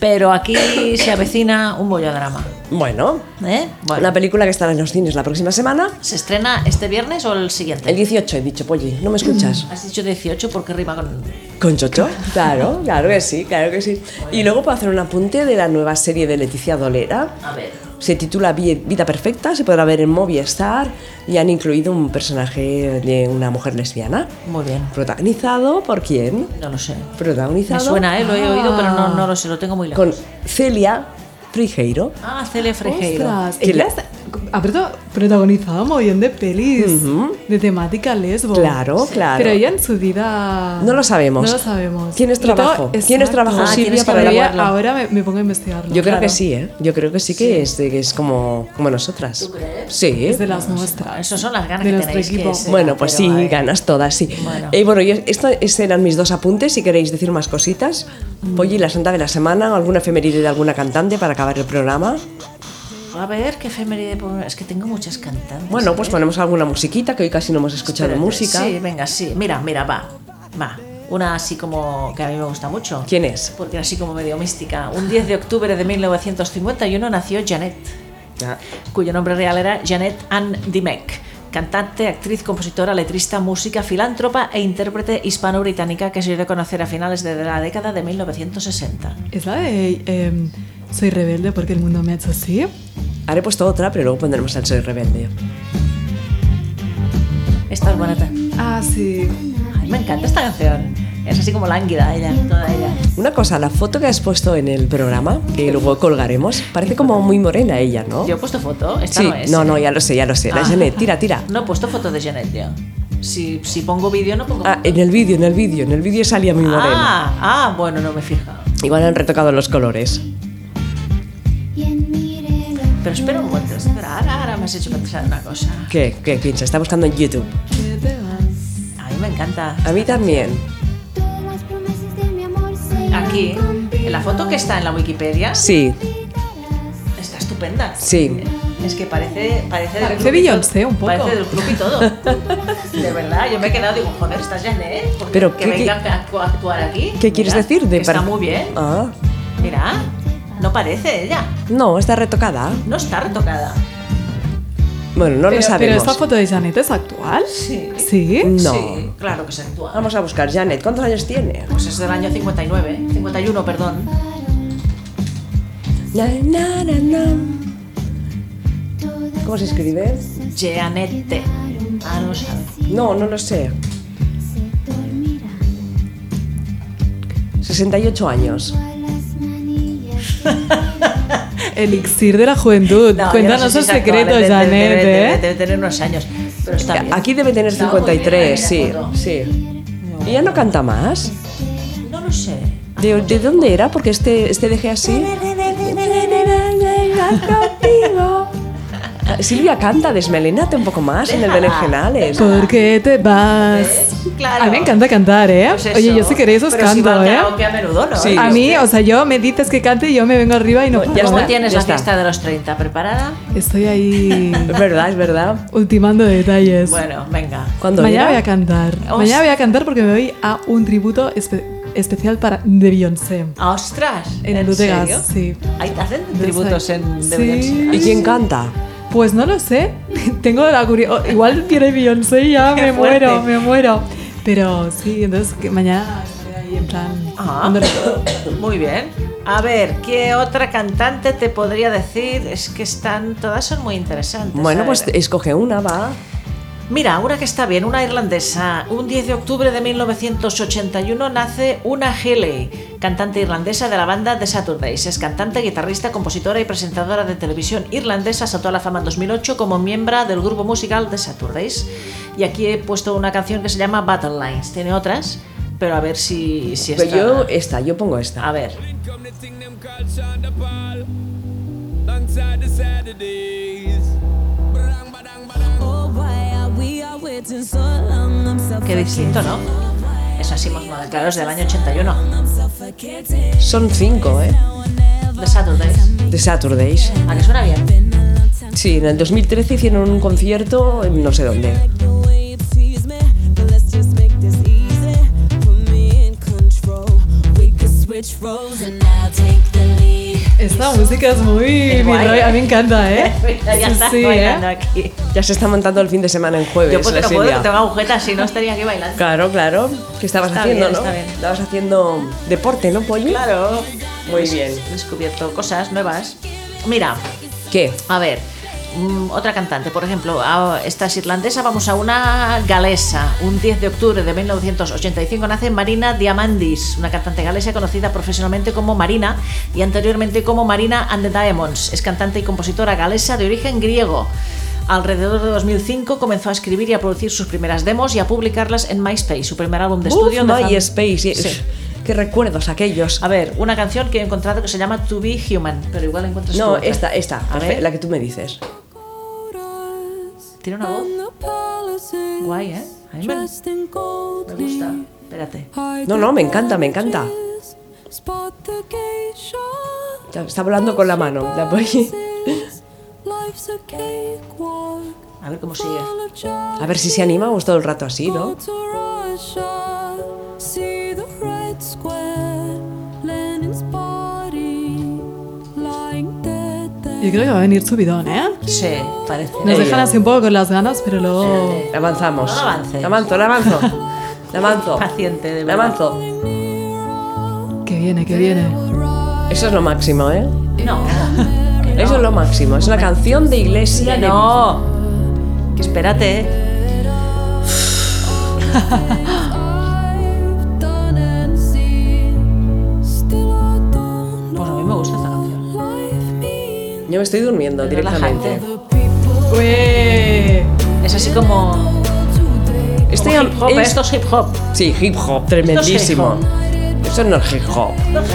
[SPEAKER 2] Pero aquí se avecina un bollodrama.
[SPEAKER 1] Bueno,
[SPEAKER 2] ¿eh?
[SPEAKER 1] una película que estará en los cines la próxima semana.
[SPEAKER 2] ¿Se estrena este viernes o el siguiente?
[SPEAKER 1] El 18 he dicho, Polly, ¿no me escuchas?
[SPEAKER 2] Has dicho 18 porque rima con...
[SPEAKER 1] ¿Con Chocho? Claro, claro que sí, claro que sí. Y luego puedo hacer un apunte de la nueva serie de Leticia Dolera.
[SPEAKER 2] A ver.
[SPEAKER 1] Se titula Vi- Vida Perfecta, se podrá ver en Movistar y han incluido un personaje de una mujer lesbiana.
[SPEAKER 2] Muy bien.
[SPEAKER 1] Protagonizado por quién?
[SPEAKER 2] No lo sé. Me
[SPEAKER 1] Protagonizado.
[SPEAKER 2] suena, ¿eh? Lo he oído, pero no, no lo sé, lo tengo muy lejos.
[SPEAKER 1] Con Celia Frigeiro.
[SPEAKER 2] Ah, Cele Frejeiro.
[SPEAKER 3] Ostras,
[SPEAKER 1] Que
[SPEAKER 3] ella
[SPEAKER 1] le-
[SPEAKER 3] está- ha proto- protagonizado un montón de pelis
[SPEAKER 1] Ujú.
[SPEAKER 3] de temática lesbo.
[SPEAKER 1] Claro, claro.
[SPEAKER 3] Pero ella en su vida...
[SPEAKER 1] No lo sabemos.
[SPEAKER 3] No lo sabemos.
[SPEAKER 1] ¿Tienes
[SPEAKER 3] Yo tengo-
[SPEAKER 1] trabajo? ¿Tienes
[SPEAKER 3] Exacto.
[SPEAKER 1] trabajo, Silvia,
[SPEAKER 3] tienes que
[SPEAKER 1] para
[SPEAKER 3] abrir-
[SPEAKER 1] averiguarlo?
[SPEAKER 3] Ahora me, me pongo a investigarlo.
[SPEAKER 1] Yo creo
[SPEAKER 3] Claro.
[SPEAKER 1] que sí, ¿eh? Yo creo que sí que, Es, de- que es como, como nosotras.
[SPEAKER 2] ¿Tú crees?
[SPEAKER 1] Sí.
[SPEAKER 3] Es de las nuestras.
[SPEAKER 2] Esas son las ganas
[SPEAKER 3] De
[SPEAKER 2] que
[SPEAKER 3] nuestro
[SPEAKER 2] tenéis. que
[SPEAKER 3] equipo.
[SPEAKER 2] se-
[SPEAKER 1] Bueno, pues sí,
[SPEAKER 2] pero, eh,
[SPEAKER 1] ganas todas, sí.
[SPEAKER 2] Bueno.
[SPEAKER 1] Eh, bueno, yo, esto- estos eran mis dos apuntes, si queréis decir más cositas.
[SPEAKER 2] Mm.
[SPEAKER 1] Polly, la santa de la semana, alguna efeméride de alguna cantante para acabar el programa.
[SPEAKER 2] A ver, qué efeméride... pongo. Es que tengo muchas cantantes.
[SPEAKER 1] Bueno, pues
[SPEAKER 2] ¿eh?
[SPEAKER 1] ponemos alguna musiquita, que hoy casi no hemos escuchado
[SPEAKER 2] Espérate,
[SPEAKER 1] música.
[SPEAKER 2] Sí, venga, sí. Mira, mira, va. Va. Una así como que a mí me gusta mucho.
[SPEAKER 1] ¿Quién es?
[SPEAKER 2] Porque era así como medio mística. Un 10 de octubre de 1951 nació Janet, cuyo nombre real era Janet Ann Dimek. Cantante, actriz, compositora, letrista, música, filántropa e intérprete hispano-británica que se dio a conocer a finales de la década de 1960.
[SPEAKER 3] Es la de... em, soy rebelde porque el mundo me ha hecho así.
[SPEAKER 1] Ahora he puesto otra, pero luego pondremos al Soy Rebelde.
[SPEAKER 2] Esta es bonita.
[SPEAKER 3] Ah, sí.
[SPEAKER 2] Ay, me encanta esta canción. Es así como lánguida ella, toda ella.
[SPEAKER 1] Una cosa, la foto que has puesto en el programa, que luego colgaremos, parece como muy morena ella, ¿no?
[SPEAKER 2] Yo he puesto foto, esta
[SPEAKER 1] sí,
[SPEAKER 2] no es. ¿eh?
[SPEAKER 1] no, no, ya lo sé, ya lo sé. La
[SPEAKER 2] Ah.
[SPEAKER 1] Janet, tira, tira.
[SPEAKER 2] No he puesto foto de Janet, tío. Si, si pongo vídeo, no pongo.
[SPEAKER 1] Ah, en el vídeo, en el vídeo, en el vídeo salía muy morena.
[SPEAKER 2] ah, ah, bueno, no me he fijado.
[SPEAKER 1] Igual han retocado los colores.
[SPEAKER 2] Pero espera un momento, espera, ahora, ahora me has hecho pensar una cosa.
[SPEAKER 1] ¿Qué? ¿Qué piensa? Está buscando en YouTube.
[SPEAKER 2] A mí me encanta.
[SPEAKER 1] A mí también.
[SPEAKER 2] Aquí, en la foto que está en la Wikipedia,
[SPEAKER 1] Sí,
[SPEAKER 2] está estupenda.
[SPEAKER 1] sí.
[SPEAKER 2] Es que parece. Parece, del
[SPEAKER 3] Parece
[SPEAKER 2] club y
[SPEAKER 3] Beyoncé
[SPEAKER 2] todo.
[SPEAKER 3] un poco.
[SPEAKER 2] Parece del club y todo. de verdad, yo me he quedado, digo, joder, estás Janet. ¿Por qué-
[SPEAKER 1] Pero,
[SPEAKER 2] que
[SPEAKER 1] ¿qué-
[SPEAKER 2] venga a actu- a actuar aquí.
[SPEAKER 1] ¿Qué quieres
[SPEAKER 2] Mira,
[SPEAKER 1] decir? De
[SPEAKER 2] que está
[SPEAKER 1] par-
[SPEAKER 2] muy bien.
[SPEAKER 1] Ah,
[SPEAKER 2] Mira, no parece ella.
[SPEAKER 1] no, está retocada.
[SPEAKER 2] No está retocada.
[SPEAKER 1] Bueno, no
[SPEAKER 3] pero,
[SPEAKER 1] lo
[SPEAKER 3] pero
[SPEAKER 1] sabemos.
[SPEAKER 3] esta foto de Janet es actual.
[SPEAKER 2] Sí.
[SPEAKER 3] ¿Sí?
[SPEAKER 1] No.
[SPEAKER 2] Sí, claro que se actúa.
[SPEAKER 1] Vamos a buscar, Janet. ¿Cuántos años tiene?
[SPEAKER 2] Pues es del año 59, 51, perdón.
[SPEAKER 1] Na, na, na, na. ¿Cómo se escribe?
[SPEAKER 2] Jeanette. Ah, no lo sabe.
[SPEAKER 1] No, no lo sé. 68 años.
[SPEAKER 3] Elixir de la juventud.
[SPEAKER 2] No, yo
[SPEAKER 3] Cuéntanos
[SPEAKER 2] no sé
[SPEAKER 3] el
[SPEAKER 2] si es actual,
[SPEAKER 3] secreto,
[SPEAKER 2] debe- debe-
[SPEAKER 3] Janet.
[SPEAKER 2] Debe, debe-
[SPEAKER 3] ¿eh?
[SPEAKER 2] debe tener unos años. Pero está bien.
[SPEAKER 1] Aquí debe tener
[SPEAKER 2] Está
[SPEAKER 1] 53,
[SPEAKER 2] muy
[SPEAKER 1] sí,
[SPEAKER 2] bien, mira la
[SPEAKER 1] sí. ¿Y ya no canta más?
[SPEAKER 2] foto. No lo sé.
[SPEAKER 1] ¿De, de dónde era? Porque este, este dejé así. Ah, Silvia canta, desmelénate un poco más en el
[SPEAKER 3] Déjala,
[SPEAKER 1] Berenjenales.
[SPEAKER 3] ¿Por qué te vas?
[SPEAKER 2] Claro.
[SPEAKER 3] A mí me encanta cantar, ¿eh?
[SPEAKER 1] Pues eso.
[SPEAKER 3] Oye, yo si queréis os
[SPEAKER 1] Pero si
[SPEAKER 3] canto,
[SPEAKER 1] van
[SPEAKER 3] ¿eh?
[SPEAKER 1] karaoke a menudo, ¿no?
[SPEAKER 2] Ah,
[SPEAKER 1] Sí.
[SPEAKER 3] a mí, o sea, yo me dices que cante y yo me vengo arriba y no
[SPEAKER 2] ¿Cómo
[SPEAKER 3] paro.
[SPEAKER 2] pues tienes la fiesta de los 30 preparada?
[SPEAKER 3] Estoy ahí.
[SPEAKER 1] Es verdad, es verdad.
[SPEAKER 3] Ultimando detalles.
[SPEAKER 2] Bueno, venga.
[SPEAKER 3] Mañana voy a cantar. Mañana voy a cantar porque me voy a un tributo espe- especial para de Beyoncé.
[SPEAKER 2] ¡Ostras!
[SPEAKER 3] En el
[SPEAKER 2] serio?
[SPEAKER 3] Utegas, sí.
[SPEAKER 2] Ahí te hacen tributos en de Beyoncé.
[SPEAKER 1] ¿Y quién canta?
[SPEAKER 3] Pues no lo sé. Tengo la curiosidad. Igual viene Beyoncé y ya
[SPEAKER 2] Qué
[SPEAKER 3] me
[SPEAKER 2] fuerte.
[SPEAKER 3] muero, me muero. Pero sí, entonces que mañana estaré ahí en plan.
[SPEAKER 2] Ah, muy bien. A ver, ¿qué otra cantante te podría decir? Es que están, todas son muy interesantes.
[SPEAKER 1] Bueno,
[SPEAKER 2] A
[SPEAKER 1] pues
[SPEAKER 2] ver.
[SPEAKER 1] escoge una, va.
[SPEAKER 2] Mira, una que está bien, una irlandesa. Un 10 de octubre de 1981 nace Una Healy, cantante irlandesa de la banda The Saturdays. Es cantante, guitarrista, compositora y presentadora de televisión irlandesa. Saltó a la fama en 2008 como miembro del grupo musical The Saturdays. Y aquí he puesto una canción que se llama Battle Lines. Tiene otras, pero a ver si, si
[SPEAKER 1] Pero
[SPEAKER 2] esta-
[SPEAKER 1] Pues yo esta, yo pongo esta.
[SPEAKER 2] A ver.
[SPEAKER 12] alongside the Saturdays.
[SPEAKER 8] Oh, why are we all waiting so long? I'm
[SPEAKER 2] Qué distinto, ¿no? Es así más moderno. Claro, es del año 81.
[SPEAKER 8] suffocating.
[SPEAKER 1] Son cinco, ¿eh?
[SPEAKER 2] The Saturdays.
[SPEAKER 1] De Saturdays.
[SPEAKER 2] ¿A que suena bien?
[SPEAKER 1] Sí, en el 2013 hicieron un concierto en no sé dónde.
[SPEAKER 3] Esta música es muy.
[SPEAKER 1] Qué
[SPEAKER 3] mi
[SPEAKER 1] guay,
[SPEAKER 3] rollo, A mí
[SPEAKER 1] ¿eh?
[SPEAKER 3] me encanta, ¿eh?
[SPEAKER 2] ya está
[SPEAKER 3] ¿eh?
[SPEAKER 2] bailando aquí.
[SPEAKER 1] Ya se está montando el fin de semana en jueves.
[SPEAKER 2] Yo pues
[SPEAKER 1] la
[SPEAKER 2] no puedo,
[SPEAKER 1] Silvia.
[SPEAKER 2] que tengo agujetas, si no estaría aquí bailando.
[SPEAKER 1] Claro, claro. ¿Qué estabas
[SPEAKER 2] Está
[SPEAKER 1] haciendo,
[SPEAKER 2] bien,
[SPEAKER 1] no?
[SPEAKER 2] está bien.
[SPEAKER 1] Estabas haciendo deporte, ¿no, Polly?
[SPEAKER 2] Claro.
[SPEAKER 1] Muy
[SPEAKER 2] Pues,
[SPEAKER 1] bien.
[SPEAKER 2] He descubierto cosas nuevas. Mira,
[SPEAKER 1] ¿Qué?
[SPEAKER 2] a ver, mm, otra cantante, por ejemplo, a- esta es irlandesa, vamos a una galesa. Un 10 de octubre de 1985 nace Marina Diamandis, una cantante galesa conocida profesionalmente como Marina y anteriormente como Marina and the Diamonds. Es cantante y compositora galesa de origen griego. Alrededor de 2005 comenzó a escribir y a producir sus primeras demos y a publicarlas en MySpace, su primer álbum de
[SPEAKER 1] Uf,
[SPEAKER 2] estudio. de fan-
[SPEAKER 1] MySpace.
[SPEAKER 2] Sí.
[SPEAKER 1] Qué recuerdos aquellos.
[SPEAKER 2] A ver, una canción que he encontrado que se llama To Be Human, pero igual encuentras tú
[SPEAKER 1] No,
[SPEAKER 2] otra.
[SPEAKER 1] esta, eh, esta,
[SPEAKER 2] A ver.
[SPEAKER 1] la que tú me dices.
[SPEAKER 2] Tiene una voz. Guay, ¿eh? A mí me, me gusta. Espérate.
[SPEAKER 1] No, no, me encanta, me encanta. Está, está volando con la mano, la Polly.
[SPEAKER 2] A ver cómo sigue.
[SPEAKER 1] A ver si se animamos todo el rato así, ¿no?
[SPEAKER 3] Yo creo que va a venir subidón, ¿eh?
[SPEAKER 2] Sí, parece.
[SPEAKER 3] Nos dejan así un poco con las ganas, pero luego.
[SPEAKER 1] Avanzamos.
[SPEAKER 2] No avances.
[SPEAKER 1] La avanzo, la avanzo. La avanzo.
[SPEAKER 2] Paciente, de
[SPEAKER 1] La
[SPEAKER 2] verdad.
[SPEAKER 1] avanzo.
[SPEAKER 3] Que viene, que viene.
[SPEAKER 1] Eso es lo máximo, ¿eh?
[SPEAKER 2] No.
[SPEAKER 1] Eso es lo máximo. Es una canción de iglesia. de-
[SPEAKER 2] No. Que espérate. ¿eh? Pues a mí me gusta esta canción.
[SPEAKER 1] Yo me estoy durmiendo directamente.
[SPEAKER 2] Relajante. Es así como.
[SPEAKER 1] Este
[SPEAKER 2] como hip hop, ¿eh?
[SPEAKER 1] es-
[SPEAKER 2] esto es hip hop.
[SPEAKER 1] Sí, hip hop, tremendísimo. Eso no es hip hop.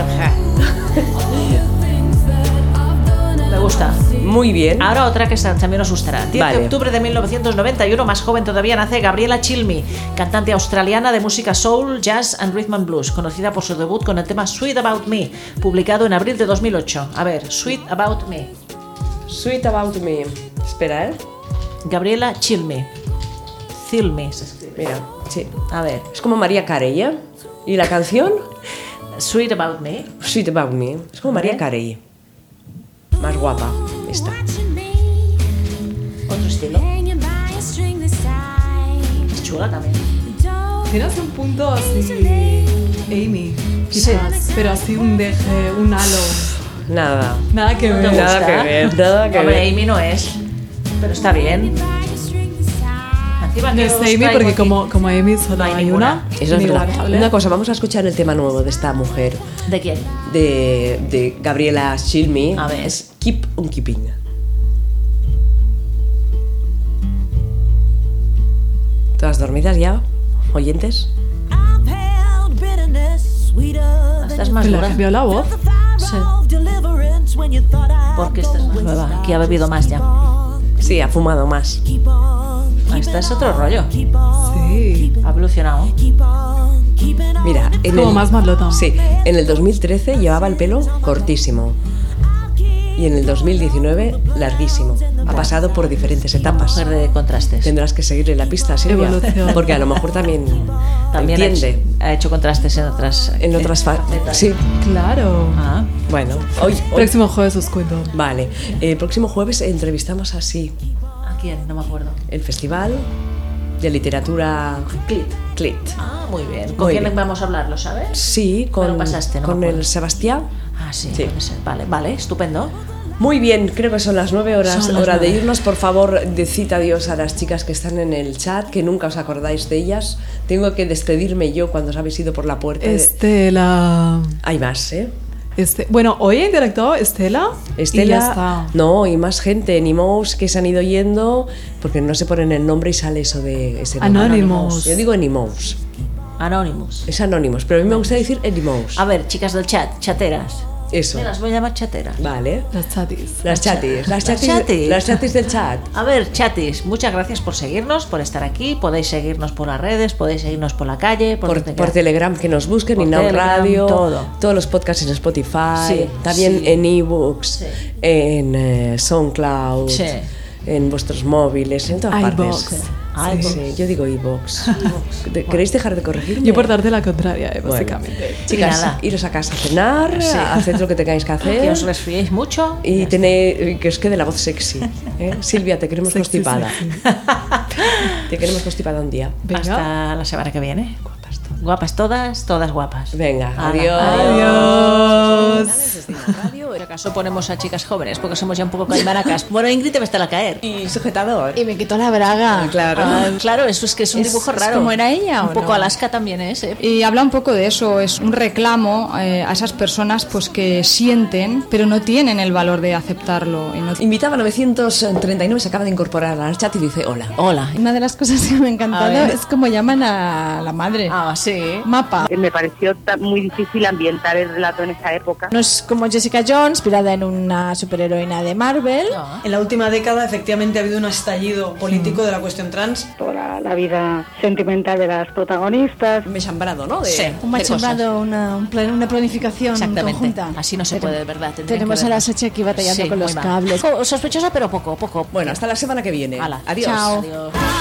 [SPEAKER 2] Me gusta.
[SPEAKER 1] Muy bien.
[SPEAKER 2] Ahora otra que esta también os gustará. 10
[SPEAKER 1] Vale.
[SPEAKER 2] de octubre de 1991, más joven todavía, nace Gabriela Chilmi, cantante australiana de música soul, jazz and rhythm and blues, conocida por su debut con el tema Sweet About Me, publicado en abril de 2008. A ver, Sweet About Me.
[SPEAKER 1] Sweet About Me. Espera, ¿eh?
[SPEAKER 2] Gabriela Chilmi. Chilmi se escribe.
[SPEAKER 1] Mira, sí.
[SPEAKER 2] A ver,
[SPEAKER 1] Es como María Carey, ¿eh? ¿Y la canción?
[SPEAKER 2] Sweet About Me.
[SPEAKER 1] Sweet About Me. Es como María
[SPEAKER 2] Bien.
[SPEAKER 1] Carey. Más guapa. Esta.
[SPEAKER 2] Otro estilo. Es chula también.
[SPEAKER 3] Tienes un punto así. Amy, quizás. Pero así un deje, un halo.
[SPEAKER 1] Nada.
[SPEAKER 3] Nada que
[SPEAKER 2] ¿No te
[SPEAKER 3] ver.
[SPEAKER 1] Nada
[SPEAKER 2] gusta?
[SPEAKER 1] que ver, nada que
[SPEAKER 2] Hombre,
[SPEAKER 1] ver.
[SPEAKER 2] Amy no es, pero está bien. Encima
[SPEAKER 3] de
[SPEAKER 2] que os
[SPEAKER 3] Amy,
[SPEAKER 2] traigo
[SPEAKER 3] porque
[SPEAKER 2] aquí.
[SPEAKER 3] como, como Amy solo hay, una.
[SPEAKER 1] Eso es
[SPEAKER 3] ni
[SPEAKER 1] verdad.
[SPEAKER 3] igualable.
[SPEAKER 1] Una cosa, vamos a escuchar el tema nuevo de esta mujer.
[SPEAKER 2] ¿De quién?
[SPEAKER 1] De, de Gabriela Shilmi. A ver. Es Keep on Keeping. ¿Todas dormidas ya? ¿Oyentes?
[SPEAKER 2] Esta es más
[SPEAKER 1] Le
[SPEAKER 2] dura.
[SPEAKER 1] cambió
[SPEAKER 3] la voz?
[SPEAKER 2] Sí. Porque esta es más nueva. Aquí ha bebido más ya. Ah,
[SPEAKER 1] Sí, ha fumado más.
[SPEAKER 2] Esta es otro rollo. Sí. Ha evolucionado.
[SPEAKER 1] Mira, en
[SPEAKER 3] Como
[SPEAKER 1] el-
[SPEAKER 3] más Marlota.
[SPEAKER 1] Sí, en el 2013 llevaba el pelo cortísimo. Y en el 2019 larguísimo. Ha pasado por diferentes etapas.
[SPEAKER 2] Mujer de contrastes.
[SPEAKER 1] Tendrás que seguirle la pista, Silvia.
[SPEAKER 2] Evolución.
[SPEAKER 1] Porque a lo mejor también,
[SPEAKER 2] También ha
[SPEAKER 1] entiende.
[SPEAKER 2] hecho, ha hecho contrastes en otras.
[SPEAKER 1] En otras fa- sí.
[SPEAKER 3] Claro.
[SPEAKER 2] Ah.
[SPEAKER 1] Bueno, hoy, hoy-
[SPEAKER 3] Próximo jueves os cuento.
[SPEAKER 1] Vale, el próximo jueves entrevistamos a Sí,
[SPEAKER 2] ¿A quién? No me acuerdo.
[SPEAKER 1] el Festival de Literatura
[SPEAKER 2] Clit.
[SPEAKER 1] Clit.
[SPEAKER 2] Ah, muy bien. ¿Con
[SPEAKER 1] Muy
[SPEAKER 2] quién
[SPEAKER 1] bien.
[SPEAKER 2] vamos a hablar? ¿Lo sabes?
[SPEAKER 1] Sí, con,
[SPEAKER 2] lo pasaste, no me
[SPEAKER 1] con
[SPEAKER 2] acuerdo.
[SPEAKER 1] el Sebastián.
[SPEAKER 2] Ah, sí.
[SPEAKER 1] Sí.
[SPEAKER 2] puede ser. Vale, vale, estupendo.
[SPEAKER 1] Muy bien, creo que son las 9 horas,
[SPEAKER 2] Son las
[SPEAKER 1] hora de
[SPEAKER 2] nueve.
[SPEAKER 1] irnos. Por favor, decid adiós a las chicas que están en el chat, que nunca os acordáis de ellas. Tengo que despedirme yo cuando os habéis ido por la puerta.
[SPEAKER 13] Eh,
[SPEAKER 1] de-
[SPEAKER 3] Estela.
[SPEAKER 1] Hay más, ¿eh?
[SPEAKER 3] Este, bueno, hoy ha interactuado Estela.
[SPEAKER 1] Estela,
[SPEAKER 3] Y ya está.
[SPEAKER 1] no, y más gente, Nimous que se han ido yendo, porque no se ponen el nombre y sale eso de ese nombre.
[SPEAKER 3] Anonymous.
[SPEAKER 1] Yo digo Nimous,
[SPEAKER 2] Anonymous.
[SPEAKER 1] es Anonymous, pero a mí me gusta decir Enimous.
[SPEAKER 2] A ver, chicas del chat, chateras.
[SPEAKER 1] Eso.
[SPEAKER 2] Me las voy a llamar chateras.
[SPEAKER 1] Vale.
[SPEAKER 3] Las chatis.
[SPEAKER 1] Las chatis, las
[SPEAKER 2] Las
[SPEAKER 1] chatis,
[SPEAKER 2] chatis.
[SPEAKER 1] las chatis del chat.
[SPEAKER 2] A ver, chatis, muchas gracias por seguirnos, por estar aquí. Podéis seguirnos por las redes, podéis seguirnos por la calle, por,
[SPEAKER 1] Por,
[SPEAKER 2] donde
[SPEAKER 1] por
[SPEAKER 2] queráis.
[SPEAKER 1] Telegram que nos busquen,
[SPEAKER 2] Por
[SPEAKER 1] en Now
[SPEAKER 2] Telegram,
[SPEAKER 1] Radio,
[SPEAKER 2] todo.
[SPEAKER 1] todos los podcasts en Spotify,
[SPEAKER 2] Sí,
[SPEAKER 1] también
[SPEAKER 2] sí.
[SPEAKER 1] en ebooks,
[SPEAKER 2] Sí.
[SPEAKER 1] en eh, SoundCloud,
[SPEAKER 2] Sí.
[SPEAKER 1] en vuestros móviles, en todas
[SPEAKER 3] iVoox.
[SPEAKER 1] partes.
[SPEAKER 2] Ah,
[SPEAKER 1] Sí,
[SPEAKER 2] iVoox.
[SPEAKER 1] sí, yo digo iBox. ¿Queréis dejar de corregirme?
[SPEAKER 3] Yo por darte la contraria, eh,
[SPEAKER 1] Bueno.
[SPEAKER 3] básicamente.
[SPEAKER 1] Chicas,
[SPEAKER 2] Y nada.
[SPEAKER 1] iros a casa a cenar,
[SPEAKER 2] Sí.
[SPEAKER 1] haced lo que tengáis que
[SPEAKER 2] Que os
[SPEAKER 1] hacer
[SPEAKER 2] resfriéis mucho.
[SPEAKER 1] y tené- que os quede la voz sexy. ¿eh? Silvia, te queremos
[SPEAKER 3] Sexy,
[SPEAKER 1] constipada.
[SPEAKER 3] sexy.
[SPEAKER 1] Te queremos constipada un día.
[SPEAKER 3] Venga.
[SPEAKER 2] Hasta la semana que viene. Guapas todas. todas guapas.
[SPEAKER 1] Venga,
[SPEAKER 2] Ala,
[SPEAKER 1] adiós.
[SPEAKER 2] Desde Now Radio, en acaso ponemos a chicas jóvenes porque somos ya un poco calmaracas. Bueno, Ingrid te va a estar a caer.
[SPEAKER 1] Y sujetador.
[SPEAKER 13] Y me quitó la braga.
[SPEAKER 1] Claro.
[SPEAKER 2] Ah, claro, eso es que es un
[SPEAKER 13] Es-
[SPEAKER 2] dibujo
[SPEAKER 13] es
[SPEAKER 2] raro.
[SPEAKER 13] como era ella, ¿o
[SPEAKER 2] Un poco
[SPEAKER 13] no?
[SPEAKER 2] Alaska también es, ¿eh?
[SPEAKER 13] Y habla un poco de eso, es un reclamo eh, a esas personas pues que sienten, pero no tienen el valor de aceptarlo. y no-
[SPEAKER 11] Invitaba 939, se acaba de incorporar al chat y dice hola.
[SPEAKER 2] Hola.
[SPEAKER 13] Una de las cosas que me ha
[SPEAKER 2] A
[SPEAKER 13] encantado
[SPEAKER 2] ver.
[SPEAKER 13] es como llaman a la madre.
[SPEAKER 2] Ah, sí.
[SPEAKER 13] Mapa.
[SPEAKER 14] Eh, Me pareció ta- muy difícil ambientar el relato en esa época.
[SPEAKER 15] No es como Jessica Jones, inspirada en una superheroína de Marvel.
[SPEAKER 16] En la última década, efectivamente, ha habido un estallido
[SPEAKER 2] Mm.
[SPEAKER 16] político de la cuestión trans.
[SPEAKER 17] Toda la vida sentimental de las protagonistas.
[SPEAKER 16] Me chambrado, ¿no?
[SPEAKER 15] un machembrado, una, un plan- una planificación
[SPEAKER 2] Exactamente.
[SPEAKER 15] conjunta.
[SPEAKER 2] Así no se puede, de verdad. Tendrían
[SPEAKER 15] Tenemos
[SPEAKER 2] que
[SPEAKER 15] a
[SPEAKER 2] ver
[SPEAKER 15] la
[SPEAKER 2] más.
[SPEAKER 15] Sachi aquí batallando
[SPEAKER 2] Sí,
[SPEAKER 15] con los
[SPEAKER 2] muy mal.
[SPEAKER 15] cables.
[SPEAKER 2] Jo, Sospechosa, pero poco, poco.
[SPEAKER 1] Bueno, hasta la semana que viene.
[SPEAKER 2] Hala.
[SPEAKER 1] Adiós.
[SPEAKER 15] Chao.
[SPEAKER 2] Adiós.